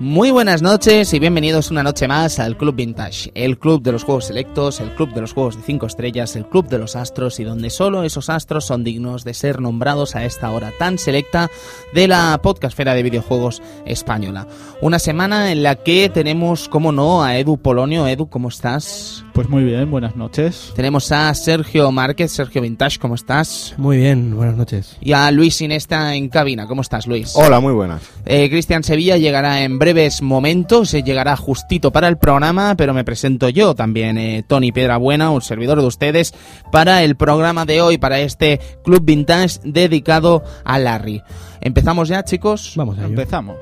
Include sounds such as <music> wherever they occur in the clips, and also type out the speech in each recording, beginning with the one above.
Muy buenas noches y bienvenidos una noche más al Club Vintage, el club de los juegos selectos, el club de los juegos de 5 estrellas, el club de los astros y donde solo esos astros son dignos de ser nombrados a esta hora tan selecta de la podcastfera de videojuegos española. Una semana en la que tenemos, como no, a Edu Polonio. Edu, ¿cómo estás? Pues muy bien, buenas noches. Tenemos a Sergio Márquez, Sergio Vintage, ¿cómo estás? Muy bien, buenas noches. Y a Luis Inesta en cabina, ¿cómo estás, Luis? Hola, muy buenas. Eh, Cristian Sevilla llegará en breves momentos, eh, llegará justito para el programa, pero me presento yo también, eh, Tony Piedrabuena, un servidor de ustedes, para el programa de hoy, para este Club Vintage dedicado a Larry. ¿Empezamos ya, chicos? Vamos a ello. Empezamos.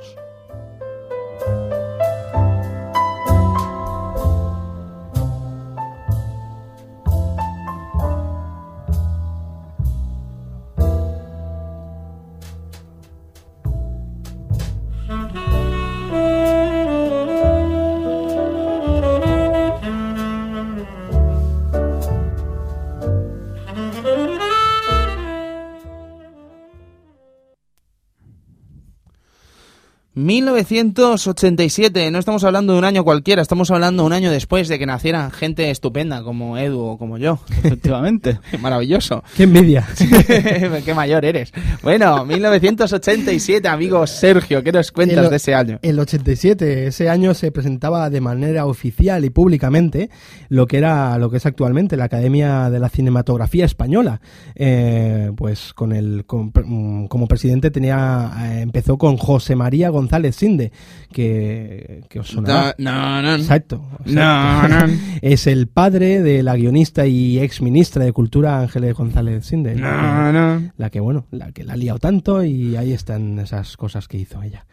1987, no estamos hablando de un año cualquiera, estamos hablando un año después de que naciera gente estupenda como Edu o como yo. <laughs> Efectivamente. Maravilloso. Qué <laughs> envidia. <laughs> Qué mayor eres. Bueno, 1987, amigo Sergio, ¿qué nos cuentas El- de ese año? El 87, ese año se presentaba de manera oficial y públicamente lo que era lo que es actualmente la Academia de la Cinematografía Española. Eh, pues con el con- mm, como presidente tenía eh, empezó con José María González Sinde, que, que os sonará. No, no, Exacto. No, exacto. no. Es el padre de la guionista y ex ministra de Cultura Ángeles González Sinde. No, no. la que bueno, la que la ha liado tanto y ahí están esas cosas que hizo ella.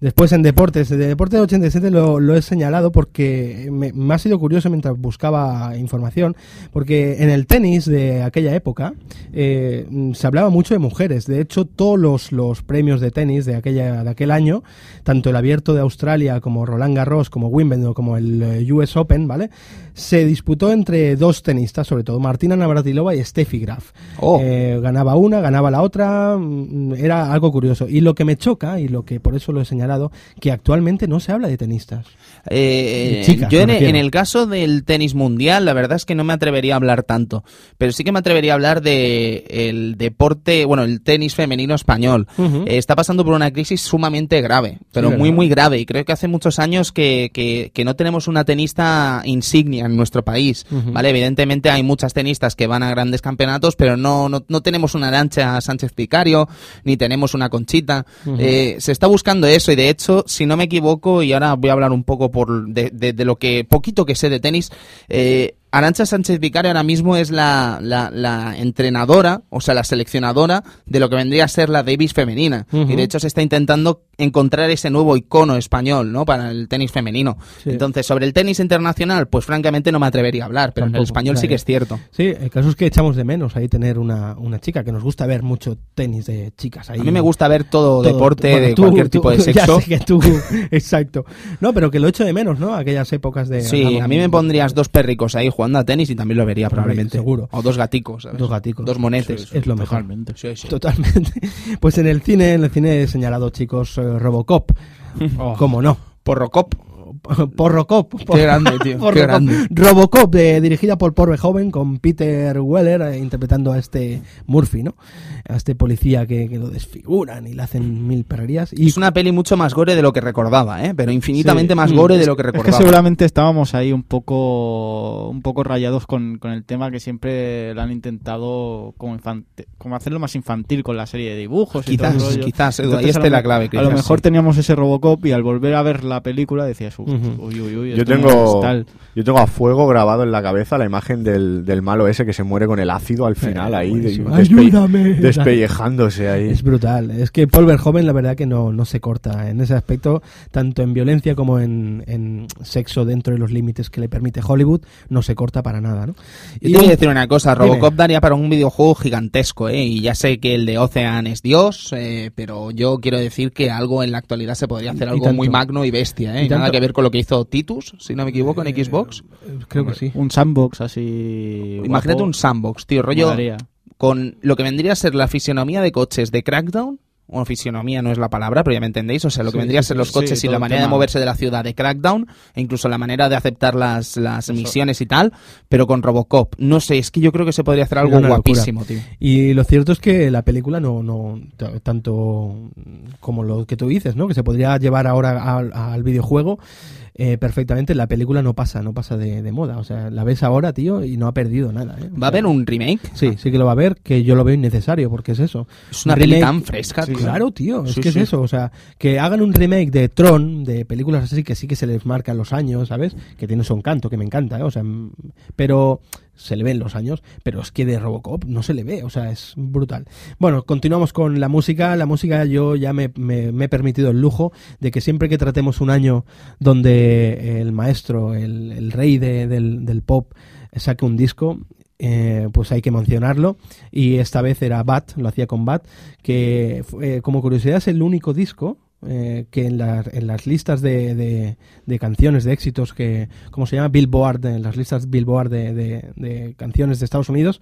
Después en deportes, de deportes 87 lo, lo he señalado porque me, me ha sido curioso mientras buscaba información, porque en el tenis de aquella época eh, mm, se hablaba mucho de mujeres, de hecho todos los, los premios de tenis de, aquella, de aquel año, tanto el abierto de Australia como Roland Garros, como Wimbledon, como el eh, US Open, ¿vale? Se disputó entre dos tenistas, sobre todo Martina Navratilova y Steffi Graf. Oh. Eh, ganaba una, ganaba la otra, mm, era algo curioso. Y lo que me choca, y lo que por eso lo he señalado, que actualmente no se habla de tenistas. Eh, De chicas, yo me en, refiero. en el caso del tenis mundial, la verdad es que no me atrevería a hablar tanto, pero sí que me atrevería a hablar de el deporte, bueno, el tenis femenino español. Ujú. Eh, está pasando por una crisis sumamente grave, pero Sí, muy ¿verdad? muy grave. Y creo que hace muchos años que, que- que no tenemos una tenista insignia en nuestro país. Ujú. Vale, evidentemente hay muchas tenistas que van a grandes campeonatos, pero no, no, no tenemos una Arancha Sánchez Picario, ni tenemos una Conchita. Eh, se está buscando eso y de hecho, si no me equivoco, y ahora voy a hablar un poco por de, de- de lo que poquito que sé de tenis, eh, Arancha Sánchez Vicario ahora mismo es la, la- la entrenadora, o sea, la seleccionadora de lo que vendría a ser la Davis femenina. Ujú. Y de hecho se está intentando encontrar ese nuevo icono español, ¿no? Para el tenis femenino. Sí. Entonces, sobre el tenis internacional, pues francamente no me atrevería a hablar, pero en el Tampoco, español sí nadie. que es cierto. Sí, el caso es que echamos de menos ahí tener una, una chica, que nos gusta ver mucho tenis de chicas ahí. A mí me gusta ver todo, Todo, deporte bueno, de tú- cualquier tú- tipo de <laughs> ya sexo. sé que tú, exacto. No, pero que lo echo de menos, ¿no? Aquellas épocas de... Sí, hablamos- a mí me pondrías dos perricos ahí jugando a tenis y también lo vería Hombre, probablemente. seguro. O dos gaticos, ¿sabes? Dos gaticos. Dos monetes. Es lo mejor. Totalmente. Sí, sí. Totalmente. <laughs> Pues en el cine, en el cine he señalado, chicos, <laughs> eh, Robocop. Oh. ¿Cómo no? Porrocop. Porrocop. Qué grande, tío. <laughs> Por Qué Robocop. grande. Robocop, de- dirigida por Paul Joven, con Peter Weller eh, interpretando a este Murphy, ¿no? A este policía que, que lo desfiguran y le hacen mil perrerías. Y Es una peli mucho más gore de lo que recordaba, ¿eh? Pero infinitamente Sí. más Mm. gore de lo que Es que recordaba. seguramente estábamos ahí un poco un poco rayados con, con el tema que siempre lo han intentado como, infante- como hacerlo más infantil con la serie de dibujos y todo el quizás, rollo. quizás, Edu, ahí Entonces, a lo esté la me- clave. A quizás, lo mejor sí. teníamos ese Robocop y al volver a ver la película decías, uy, Ujú. uy, uy, uy, Yo esto no tengo, es tal. yo tengo a fuego grabado en la cabeza la imagen del, del malo ese que se muere con el ácido al final ahí, de- Eh, buenísimo. despe- ¡Ayúdame! despellejándose ahí. Es brutal. Es que Paul Verhoeven, la verdad, que no, no se corta en ese aspecto, tanto en violencia como en, en sexo dentro de los límites que le permite Hollywood, no se corta para nada, ¿no? Yo te voy a decir una cosa, Dime. Robocop daría para un videojuego gigantesco, ¿eh? Y ya sé que el de Ocean es Dios, eh, pero yo quiero decir que algo en la actualidad se podría hacer Y algo tanto. muy magno y bestia, ¿eh? Y Y nada tanto. que ver con lo que hizo Titus, si no me equivoco, en Xbox. Eh, Creo que sí. Un sandbox así. <laughs> guapo. Imagínate un sandbox, tío, rollo Molaría. con lo que vendría a ser la fisionomía de coches de Crackdown, bueno, fisionomía no es la palabra, pero ya me entendéis, o sea, lo que Sí, vendría a sí, ser sí, los sí, coches y todo la el manera de tema. moverse de la ciudad de Crackdown, e incluso la manera de aceptar las, las misiones y tal, pero con Robocop. No sé, es que yo creo que se podría hacer algo Era una locura. guapísimo, tío. Y lo cierto es que la película no, no t- tanto como lo que tú dices, ¿no? Que se podría llevar ahora al, al videojuego eh, perfectamente. La película no pasa, no pasa de, de moda. O sea, la ves ahora, tío, y no ha perdido nada. ¿eh? O ¿Va a sea, haber un remake? Sí, sí que lo va a haber, que yo lo veo innecesario, porque es eso. Es una peli Remake- tan fresca, tío. Claro, tío, es Sí, que sí. es eso. O sea, que hagan un remake de Tron, de películas así que sí que se les marcan los años, ¿sabes? Que tiene su encanto, que me encanta, ¿eh? O sea, mm, pero se le ven los años, pero es que de Robocop no se le ve, o sea, es brutal. Bueno, continuamos con la música. La música yo ya me, me- me he permitido el lujo de que siempre que tratemos un año donde el maestro, el, el rey de- del, del pop, saque un disco, eh, pues hay que mencionarlo. Y esta vez era Bat, lo hacía con Bat, que eh, como curiosidad es el único disco eh, que en, la- en las listas de, de- de canciones, de éxitos, que como se llama Billboard, en las listas Billboard de, de- de canciones de Estados Unidos,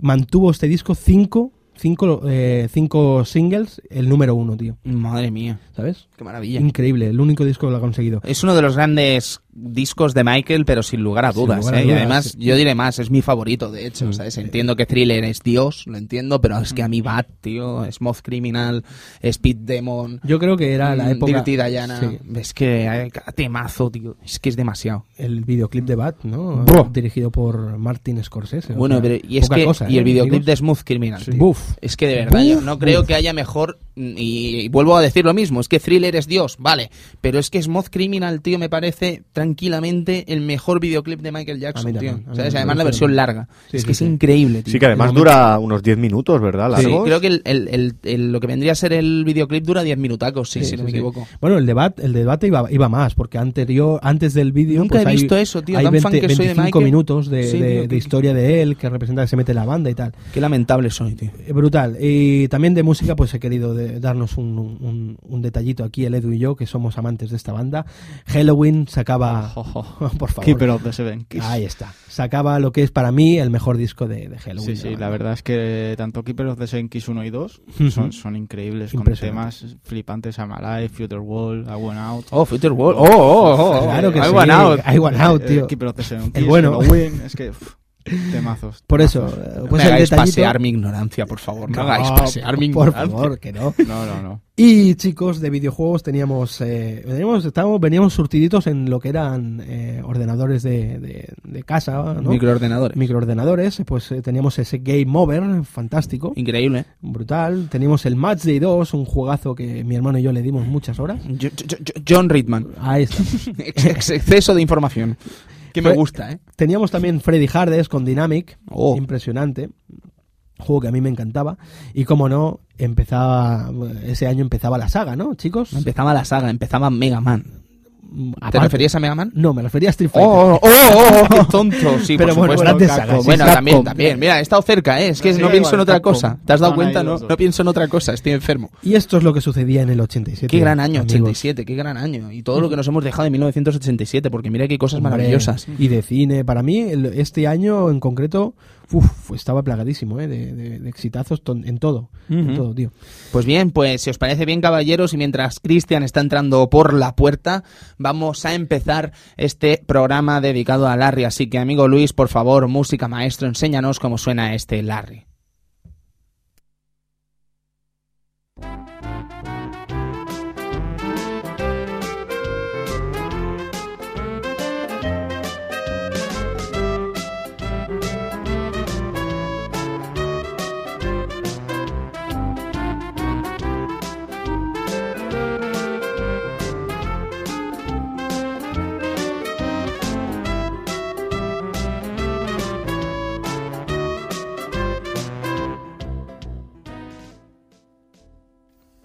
mantuvo este disco cinco, cinco, eh, cinco singles, el número uno, tío. Madre mía, ¿Sabes? qué maravilla. Increíble, el único disco que lo ha conseguido. Es uno de los grandes discos de Michael, pero sin lugar a Sin dudas. lugar a ¿eh? y dudas, además, sí. Mm. yo diré más, es mi favorito, de hecho. ¿sabes? Entiendo que Thriller es Dios, lo entiendo, pero es que a mí Bat, tío, Smooth Criminal, Speed Demon, Yo creo que era la mm, época. Dirty Diana. Sí, Es que hay cada temazo, tío. Es que es demasiado. el videoclip de Bat, ¿no? Buah. Dirigido por Martin Scorsese. o Bueno, sea, pero y es poca que cosa, y ¿eh, el videoclip amigos? de Smooth Criminal. Sí. tío. Buf. Es que de verdad yo Buf, no creo buf. que haya mejor mm, y, y vuelvo a decir lo mismo, es que Thriller es Dios, vale, pero es que Smooth Criminal, tío, me parece tranquilamente el mejor videoclip de Michael Jackson, A mí tío. también, a mí ¿Sabes? también, Además la pero- versión larga. Sí, es sí, que sí. es increíble, tío. Sí, que además de momento- dura unos 10 minutos, ¿verdad? Sí, Largos. creo que el, el- el- el- lo que vendría a ser el videoclip dura 10 minutacos, sí, Sí, si no sí, me sí. equivoco. Bueno, el debate, el debate iba, iba más, porque anterior, antes del vídeo. Nunca pues, he hay- visto eso, tío, Hay tan fan que soy de 25 Michael. minutos de, Sí, de- tío, de que- historia de él, que representa que se mete la banda y tal. Qué lamentable soy, tío. Eh, Brutal. Y también de música, pues he querido de- darnos un, un- un detallito aquí, el Edu y yo, que somos amantes de esta banda. Halloween sacaba. Ojo, <laughs> Por favor. Keeper of the Seven Keys. Ahí está. Sacaba lo que es para mí el mejor disco de, de Halloween. Sí, de sí, banda. la verdad es que tanto Keeper of the Seven Keys 1 y 2 Ujú. son, son increíbles, con Impresionante. temas flipantes, I'm Alive, Future World, I Went Out. Oh, Future World. Oh, oh, oh, oh. Claro que I sí. Went Out. I Went Out, Eh, tío. Keeper of the Seven El Keys, bueno. Hello Wing, es que <laughs> pff, temazos. Por <laughs> eso, eh, pues no el hagáis detallito. pasear mi ignorancia, por favor. No, hagáis pasear mi por ignorancia. favor, que no. No, no, no. Y chicos, de videojuegos teníamos, eh, veníamos, estábamos, veníamos surtiditos en lo que eran eh, ordenadores de, de- de casa, ¿no? Microordenadores. microordenadores, pues eh, teníamos ese Game Over, fantástico, Increíble. ¿eh? brutal. Teníamos el Match Day 2, un juegazo que mi hermano y yo le dimos muchas horas. este. Yo- yo- yo- John <laughs> Ritman. Ahí está. Ex- ex- exceso de información. Que me Fue- gusta, ¿eh? Teníamos también Freddy Hardes con Dynamic, Oh. impresionante. Juego que a mí me encantaba. Y como no, empezaba, ese año empezaba la saga, ¿no, chicos? Mm, Empezaba la saga, empezaba Mega Man. ¿Te Aparte- referías a Mega Man? No, me refería a Street Fighter. Oh, oh, oh, oh, qué tonto. Sí, Pero por bueno, supuesto, grandes Capcom. sagas, sí, Bueno, Capcom. también, también. Mira, he estado cerca, ¿eh? Es que Sí, no da pienso en igual, otra Capcom. cosa. ¿Te has dado Van ahí cuenta? No, los dos. no pienso en otra cosa. Estoy enfermo. Y esto es lo que sucedía en el 87. Qué gran año, amigos. 87. Qué gran año. Y todo lo que nos hemos dejado en 1987. Porque mira qué cosas Hombre, maravillosas. Y de cine. Para mí, el- este año en concreto, uf, estaba plagadísimo ¿eh? de, de- de exitazos ton- en todo. En Ujú. todo, tío. Pues bien, pues si os parece bien, caballeros, y mientras Cristian está entrando por la puerta, vamos a empezar este programa dedicado a Larry. Así que, amigo Luis, por favor, música maestro, enséñanos cómo suena este Larry.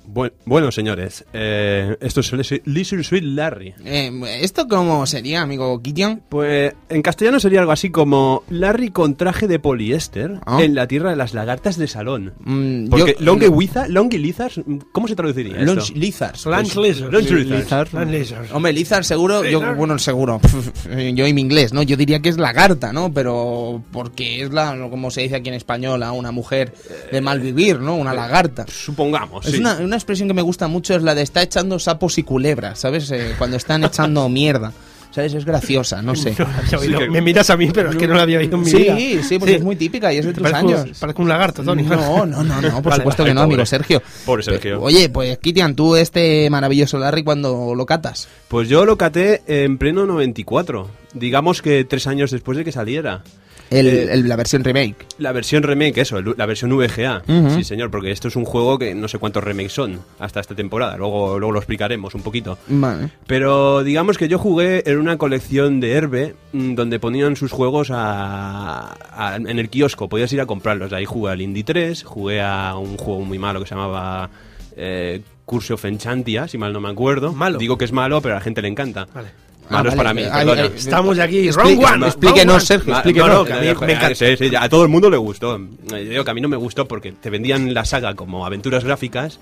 Buen- bueno, señores, eh, esto es Leisure- Leisure Suit Larry. Eh, ¿Esto cómo sería, amigo Guillón? Pues en castellano sería algo así como Larry con traje de poliéster Ah. en la tierra de las lagartas de salón. Mm, Porque yo- long, Wiza, long y Lizards, ¿cómo se traduciría esto? Lunch Lizards. Lunch Lizard. Lunch Lizard. Lunch Lizard. Hombre, Lizard seguro, yo, Lizard. bueno, seguro, <laughs> yo y mi inglés, ¿no? Yo diría que es lagarta, ¿no? Pero porque es la, como se dice aquí en español, a una mujer de mal vivir, ¿no? Una lagarta. Supongamos, Es sí. una, una expresión que me gusta mucho es la de está echando sapos y culebras, ¿sabes? Eh, cuando están echando mierda. ¿Sabes? Es graciosa, no sé. No la había oído. que- Me miras a mí, pero es que no la había oído en mi vida. Sí, sí, pues Sí. es muy típica y es de tus Parezco- años. Parezco un lagarto, Tony. No, no, no, no, por Vale, supuesto vale, que no, pobre. amigo Sergio. Pobre Sergio. Pero, oye, pues Kitian, tú este maravilloso Larry cuando lo catas. Pues yo lo caté en pleno 94, digamos que tres años después de que saliera. El- Eh, el- la versión remake. La versión remake, eso, el- la versión VGA. Ujú. Sí, señor, porque esto es un juego que no sé cuántos remakes son hasta esta temporada. Luego, luego lo explicaremos un poquito. Vale. Pero digamos que yo jugué en una colección de Herbe mm, donde ponían sus juegos a, a- en el kiosco, podías ir a comprarlos. Ahí jugué al Indie 3, jugué a un juego muy malo que se llamaba eh, Curse of Enchantia, si mal no me acuerdo. Malo. Digo que es malo, pero a la gente le encanta. Vale. Ah, Malo es vale, para mí, ay, perdona. ay, eh, Estamos aquí. Expli- Round one. explíquenos, round one. Sergio, Ma- explíquenos, Ah, no, no, que que a mí a- me encanta. sí, sí, a todo el mundo le gustó. Eh, Yo digo que a mí no me gustó porque te vendían la saga como aventuras gráficas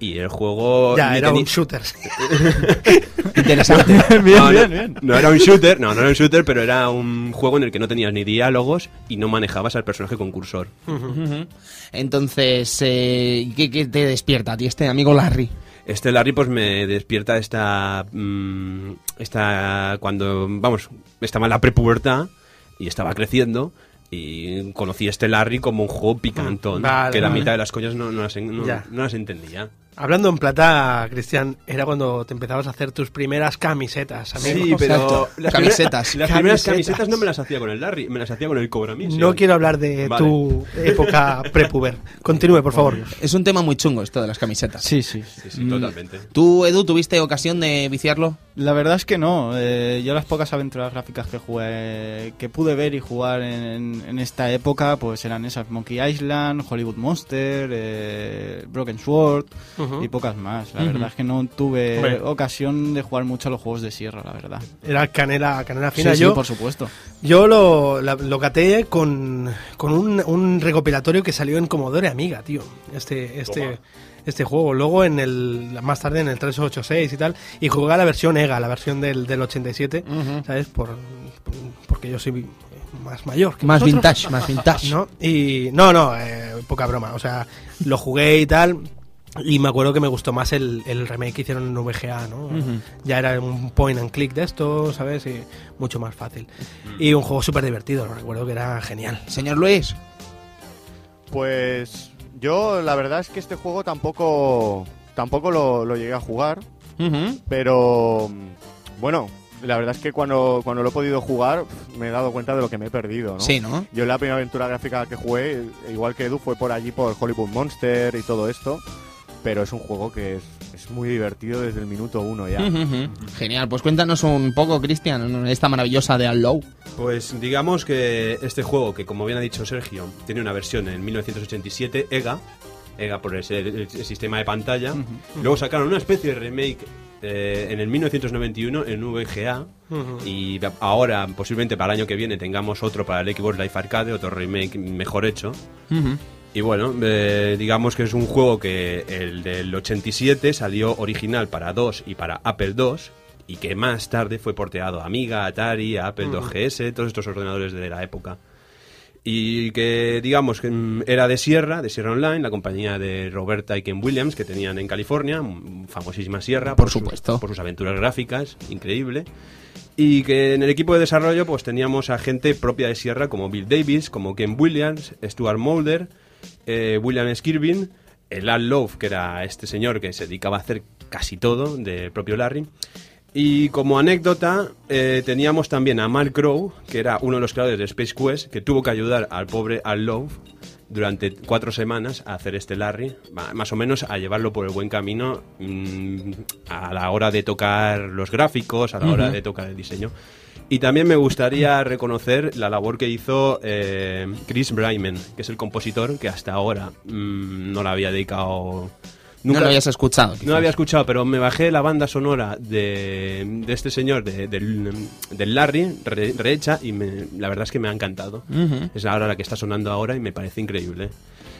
y el juego Ya, ni era teni- un shooter. <laughs> Interesante. no, no, no era un shooter, no, no era un shooter, pero era un juego en el que no tenías ni diálogos y no manejabas al personaje con cursor. Entonces, eh, ¿qué, qué te despierta a ti este amigo Larry? Este Larry pues me despierta esta mm, esta cuando vamos, estaba en la prepubertad y estaba creciendo y conocí a este Larry como un juego picantón, Ah, Vale, que la vale. mitad de las cosas no, no las, en- no- Ya. no las entendía. Hablando en plata, Cristian, era cuando te empezabas a hacer tus primeras camisetas, amigo. Sí, pero Exacto. las Camisetas. primeras- las primeras Camisetas. camisetas no me las hacía con el Larry, me las hacía con el Cobra Mix. No quiero hablar de Vale. tu época prepuber. Continúe, por favor. Es un tema muy chungo esto de las camisetas. Sí, sí. Sí, sí, totalmente. ¿Tú, Edu, tuviste ocasión de viciarlo? La verdad es que no. eh, yo las pocas aventuras gráficas que jugué, que pude ver y jugar en, en esta época, pues eran esas Monkey Island, Hollywood Monster, eh, Broken Sword Ujú. y pocas más. La Ujú. verdad es que no tuve Hombre. ocasión de jugar mucho a los juegos de sierra, la verdad. Era canela, canela fina. sí, sí, yo, por supuesto. yo lo, la- lo caté con, con un, un recopilatorio que salió en Commodore Amiga, tío. Este, este, este juego. Luego en el, más tarde en el 386 y tal. Y jugué a la versión EGA, la versión del, del 87, ¿sabes? Por, por- porque yo soy más mayor que Más vosotros. vintage, más vintage. ¿no? Y no, no, eh, poca broma. O sea, lo jugué y tal. Y me acuerdo que me gustó más el, el remake que hicieron en VGA, ¿no? Ya era un point and click de esto, ¿sabes? Y mucho más fácil. Mm. Y un juego súper divertido, lo recuerdo que era genial. Señor Luis, Pues yo la verdad es que este juego tampoco tampoco lo, lo llegué a jugar, pero mm, bueno, la verdad es que cuando, cuando lo he podido jugar pf, me he dado cuenta de lo que me he perdido, ¿no? sí, ¿no? Yo la primera aventura gráfica que jugué, igual que Edu, fue por allí por Hollywood Monster y todo esto, pero es un juego que es, es muy divertido desde el minuto uno ya. Ujú, ujú. Genial, pues cuéntanos un poco, Cristian, esta maravillosa de Outlaw. Pues digamos que este juego, que como bien ha dicho Sergio, tiene una versión en 1987 EGA, EGA por el, el- el sistema de pantalla, luego sacaron una especie de remake eh, en el 1991 en VGA y a- ahora posiblemente para el año que viene tengamos otro para el Xbox Live Arcade, otro remake mejor hecho. Y bueno, eh, digamos que es un juego que el del 87 salió original para 2 y para Apple II y que más tarde fue porteado a Amiga, Atari, a Apple Mm. 2GS, todos estos ordenadores de la época. Y que digamos que mm, era de Sierra, de Sierra Online, la compañía de Roberta y Ken Williams que tenían en California, mm, famosísima Sierra, Por sus- supuesto. por sus aventuras gráficas, increíble. Y que en el equipo de desarrollo pues teníamos a gente propia de Sierra como Bill Davis, como Ken Williams, Stuart Mulder, eh, William Skirvin, el Al Love, que era este señor que se dedicaba a hacer casi todo del propio Larry. Y como anécdota, eh, teníamos también a Mark Crow, que era uno de los creadores de Space Quest, que tuvo que ayudar al pobre Al Love durante cuatro semanas a hacer este Larry, ma- más o menos a llevarlo por el buen camino mm, a la hora de tocar los gráficos, a la hora de tocar el diseño. Y también me gustaría reconocer la labor que hizo eh, Chris Bryman, que es el compositor que hasta ahora mm, no la había dedicado... no lo habías escuchado. No lo quizás. había escuchado, pero me bajé la banda sonora de, de este señor, de- del, del Larry, re- rehecha, y me- la verdad es que me ha encantado. Ujú. Es ahora la que está sonando ahora y me parece increíble.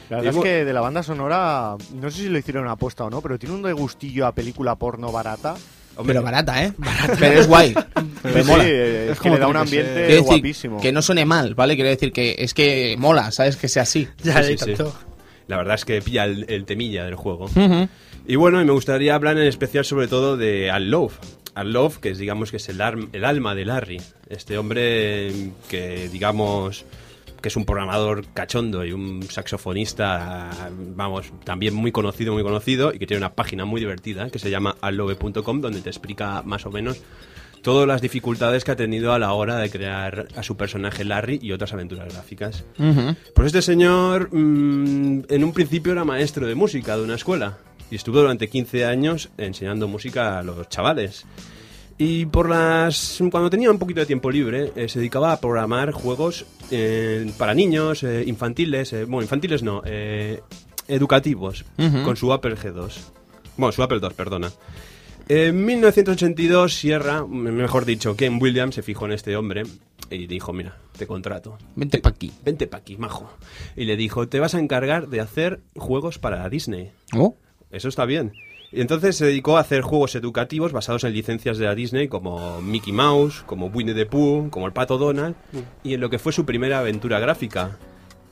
La verdad Y bu- es que de la banda sonora, no sé si lo hicieron una apuesta o no, pero tiene un degustillo a película porno barata. Hombre, Pero barata, <laughs> ¿eh? Pero es guay. Sí, Pero sí, mola. eh, Es es que como le da un tiene que ser. ambiente Quiero decir, guapísimo. que no suene mal, ¿vale? Quiero decir que es que mola, ¿sabes? Que sea así. Ya, Sí, y sí, sí. tanto. la verdad es que pilla el, el temilla del juego. Ujú. Y bueno, y me gustaría hablar en especial sobre todo de Al Love. Al Love, que es, digamos que es el, arm- el alma de Larry. Este hombre mm, que, digamos, que es un programador cachondo y un saxofonista, vamos, también muy conocido, muy conocido, y que tiene una página muy divertida que se llama allove.com, donde te explica más o menos todas las dificultades que ha tenido a la hora de crear a su personaje Larry y otras aventuras gráficas. Ujú. Pues este señor mm, en un principio era maestro de música de una escuela y estuvo durante 15 años enseñando música a los chavales. Y por las cuando tenía un poquito de tiempo libre eh, se dedicaba a programar juegos eh, para niños, eh, infantiles, eh, bueno, infantiles no, eh, educativos, Ujú. con su Apple G2. Bueno, su Apple II, perdona. En 1982, Sierra, mejor dicho, Ken Williams se fijó en este hombre y dijo, mira, te contrato Vente pa' aquí. vente pa' aquí, majo. Y le dijo, te vas a encargar de hacer juegos para Disney. Oh. Eso está bien. Y entonces se dedicó a hacer juegos educativos basados en licencias de la Disney como Mickey Mouse, como Winnie the Pooh, como el Pato Donald y en lo que fue su primera aventura gráfica,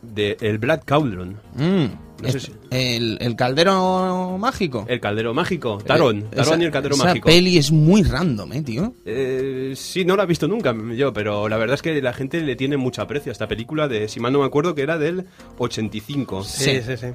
de El Black Cauldron, Mm. No Es- sé si- el, el caldero mágico. el Caldero Mágico, Tarón, Eh, Tarón esa- y el Caldero esa Mágico. peli es muy random, eh, tío. Eh, sí, no la he visto nunca yo, pero la verdad es que la gente le tiene mucho aprecio a esta película de, si mal no me acuerdo, que era del 85. Sí. Sí, sí, sí.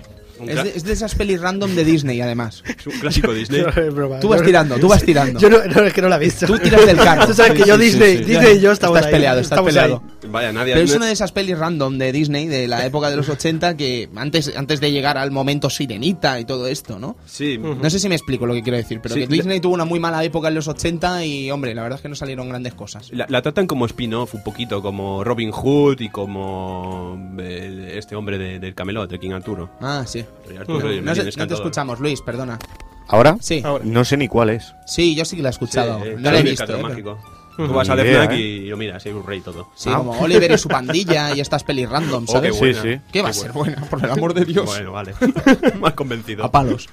Un Es cla- de, es de esas pelis random de Disney, <laughs> además. <laughs> es un clásico Disney. Es broma. Tú vas Yo- tirando, tú vas tirando. Yo no, no, es que no la he visto. Tú tiras del carro. <laughs> Tú sabes que yo Sí, sí, Disney, sí, sí. Disney y yo estamos Estás ahí, peleado, estás estamos peleado. ahí. Vaya, nadie Pero es admi- una de esas pelis random de Disney de la época de los 80 que antes, antes de llegar al momento sirenita y todo esto, ¿no? Sí, No sé si me explico lo que quiero decir, pero Sí, que le- Disney tuvo una muy mala época en los 80 y, hombre, la verdad es que no salieron grandes cosas. la, la tratan como spin-off un poquito, como Robin Hood y como eh, este hombre de- del Camelot, de King Arturo. Ah, sí. Rey Arturo, No, sé- y Merlín no te Encantador. escuchamos, Luis, perdona. ¿Ahora? Sí, Ah, No sé ni cuál es. sí, yo sí que la he Sí, escuchado. eh, no la he el visto. Caldero eh, pero- mágico. Tú vas al Ni idea, FNAC eh. y lo miras, hay un rey todo. Sí, Ah. como Oliver y su pandilla y estas pelis <laughs> random, Oh, qué ¿sabes? Sí, buena. sí. ¿Qué va a Qué ser bueno. buena, <laughs> por el amor de Dios? Bueno, vale. <laughs> Más convencido. A palos.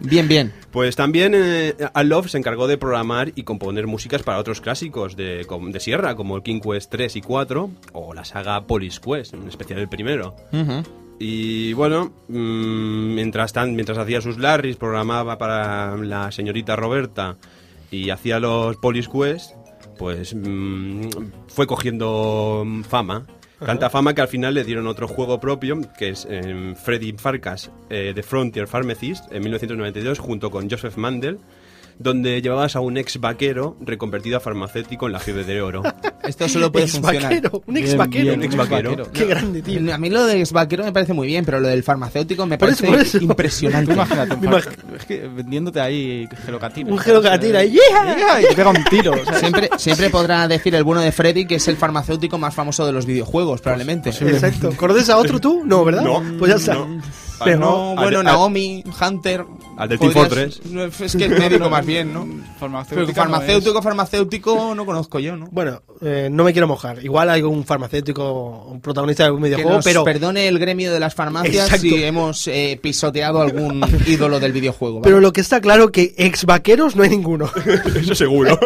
Bien, bien. Pues también eh, Al Love se encargó de programar y componer músicas para otros clásicos de, com- de Sierra, como el King Quest 3 y 4, o la saga Police Quest, en especial el primero. Ujú. Y bueno, mm, mientras, tan, mientras hacía sus Larrys, programaba para la señorita Roberta y hacía los Polis Quest, pues mm, fue cogiendo mm, fama. Tanta fama que al final le dieron otro juego propio, que es em, Freddy Farkas, eh, The Frontier Pharmacist, en 1992, junto con Joseph Mandel, donde llevabas a un ex vaquero reconvertido a farmacéutico en la fiebre de <laughs> oro. Esto solo puede Ex funcionar. vaquero, un ex Bien, vaquero. bien, un ex vaquero. Qué grande, tío. A mí lo de ex vaquero me parece muy bien, pero lo del farmacéutico me Por eso, parece por eso. Tú impresionante. imagínate, un Me far- es que vendiéndote ahí gelocatina. ¿eh? Un gelocatina, ahí yeah. Y te pega un tiro. o sea, Siempre, siempre podrá decir el bueno de Freddy que es el farmacéutico más famoso de los videojuegos, probablemente. Exacto. ¿Conoces a otro tú? No, ¿verdad? No, Pues ya está. no. Pero No, Al- Eh, bueno, al- Naomi, Hunter. Al del Team podrías- Fortress. no, Es que el médico más bien, ¿no? Pero Farmacéutico. farmacéutico, farmacéutico, no conozco yo, ¿no? Bueno, eh, no me quiero mojar. Igual hay un farmacéutico, un protagonista de un Que videojuego, nos pero perdone el gremio de las farmacias Exacto. si hemos eh, pisoteado algún ídolo del videojuego. ¿vale? Pero lo que está claro que ex vaqueros no hay ninguno. <laughs> Eso seguro.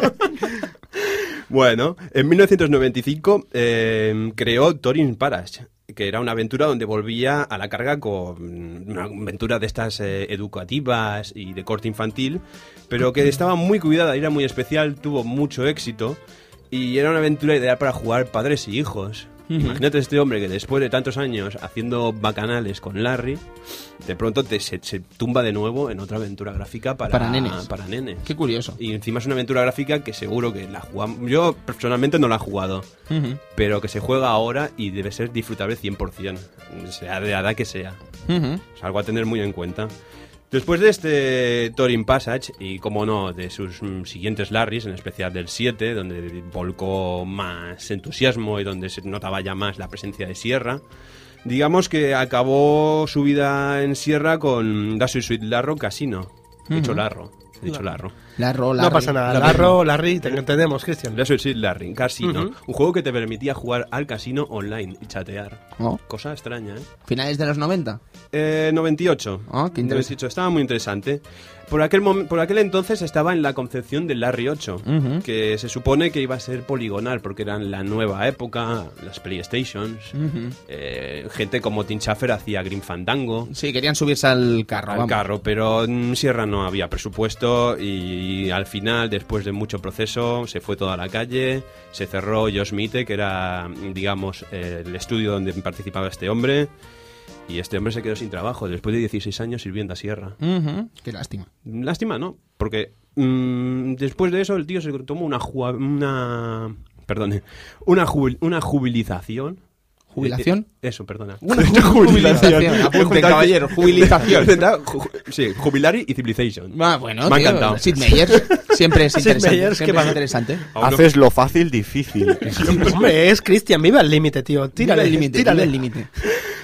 bueno, en 1995 eh, creó Torin Parash, que era una aventura donde volvía a la carga con una aventura de estas eh, educativas y de corte infantil, pero que estaba muy cuidada, era muy especial, tuvo mucho éxito y era una aventura ideal para jugar padres y hijos. Imagínate este hombre que después de tantos años haciendo bacanales con Larry, de pronto te, se, se tumba de nuevo en otra aventura gráfica para, Para nenes. Para nenes. Qué curioso. Y encima es una aventura gráfica que seguro que la jugamos. Yo personalmente no la he jugado, Ujú, pero que se juega ahora y debe ser disfrutable 100%, sea de la edad que sea. ujú. Es algo a tener muy en cuenta. Después de este Torin Passage, y como no, de sus mm, siguientes Larrys, en especial del 7, donde volcó más entusiasmo y donde se notaba ya más la presencia de Sierra, digamos que acabó su vida en Sierra con Dash Sweet Larro Casino. He dicho Larro, he dicho Larro. La rola. No pasa nada. Larro, Larry, te entendemos, Cristian. Eso sí, Larry, Casino. Un juego que te permitía jugar al casino online y chatear. Oh. Cosa extraña, ¿eh? Finales de los 90. Eh, 98. Ah, qué interesante. 98. Estaba muy interesante. Por aquel, mom- por aquel entonces estaba en la concepción del Larry 8, Ujú. que se supone que iba a ser poligonal, porque eran la nueva época, las PlayStations. eh, gente como Tim Schafer hacía Green Fandango. Sí, querían subirse al carro. al vamos. carro, pero en Sierra no había presupuesto y al final, después de mucho proceso, se fue toda la calle, se cerró Josmite, que era, digamos, eh, el estudio donde participaba este hombre, y este hombre se quedó sin trabajo después de 16 años sirviendo a Sierra. Ujú, Qué lástima. Lástima, ¿no? Porque mm, después de eso el tío se tomó una... jua- una perdone, una, jubil- una jubilización. ¿Jubilación? Eh, eh, eso, perdona. <laughs> Una jubilación. Apunte, caballero. pues, Jubilación. Intentaba ju- sí, jubilar y civilization. <laughs> Ah, bueno, Me ha tío, encantado. Sid Meier <laughs> siempre es interesante. Meier, siempre qué es va- interesante. Aún no- Haces lo fácil difícil. Hombre, es Cristian, viva el límite, tío. Tírale Viva el límite, tírale. viva el límite.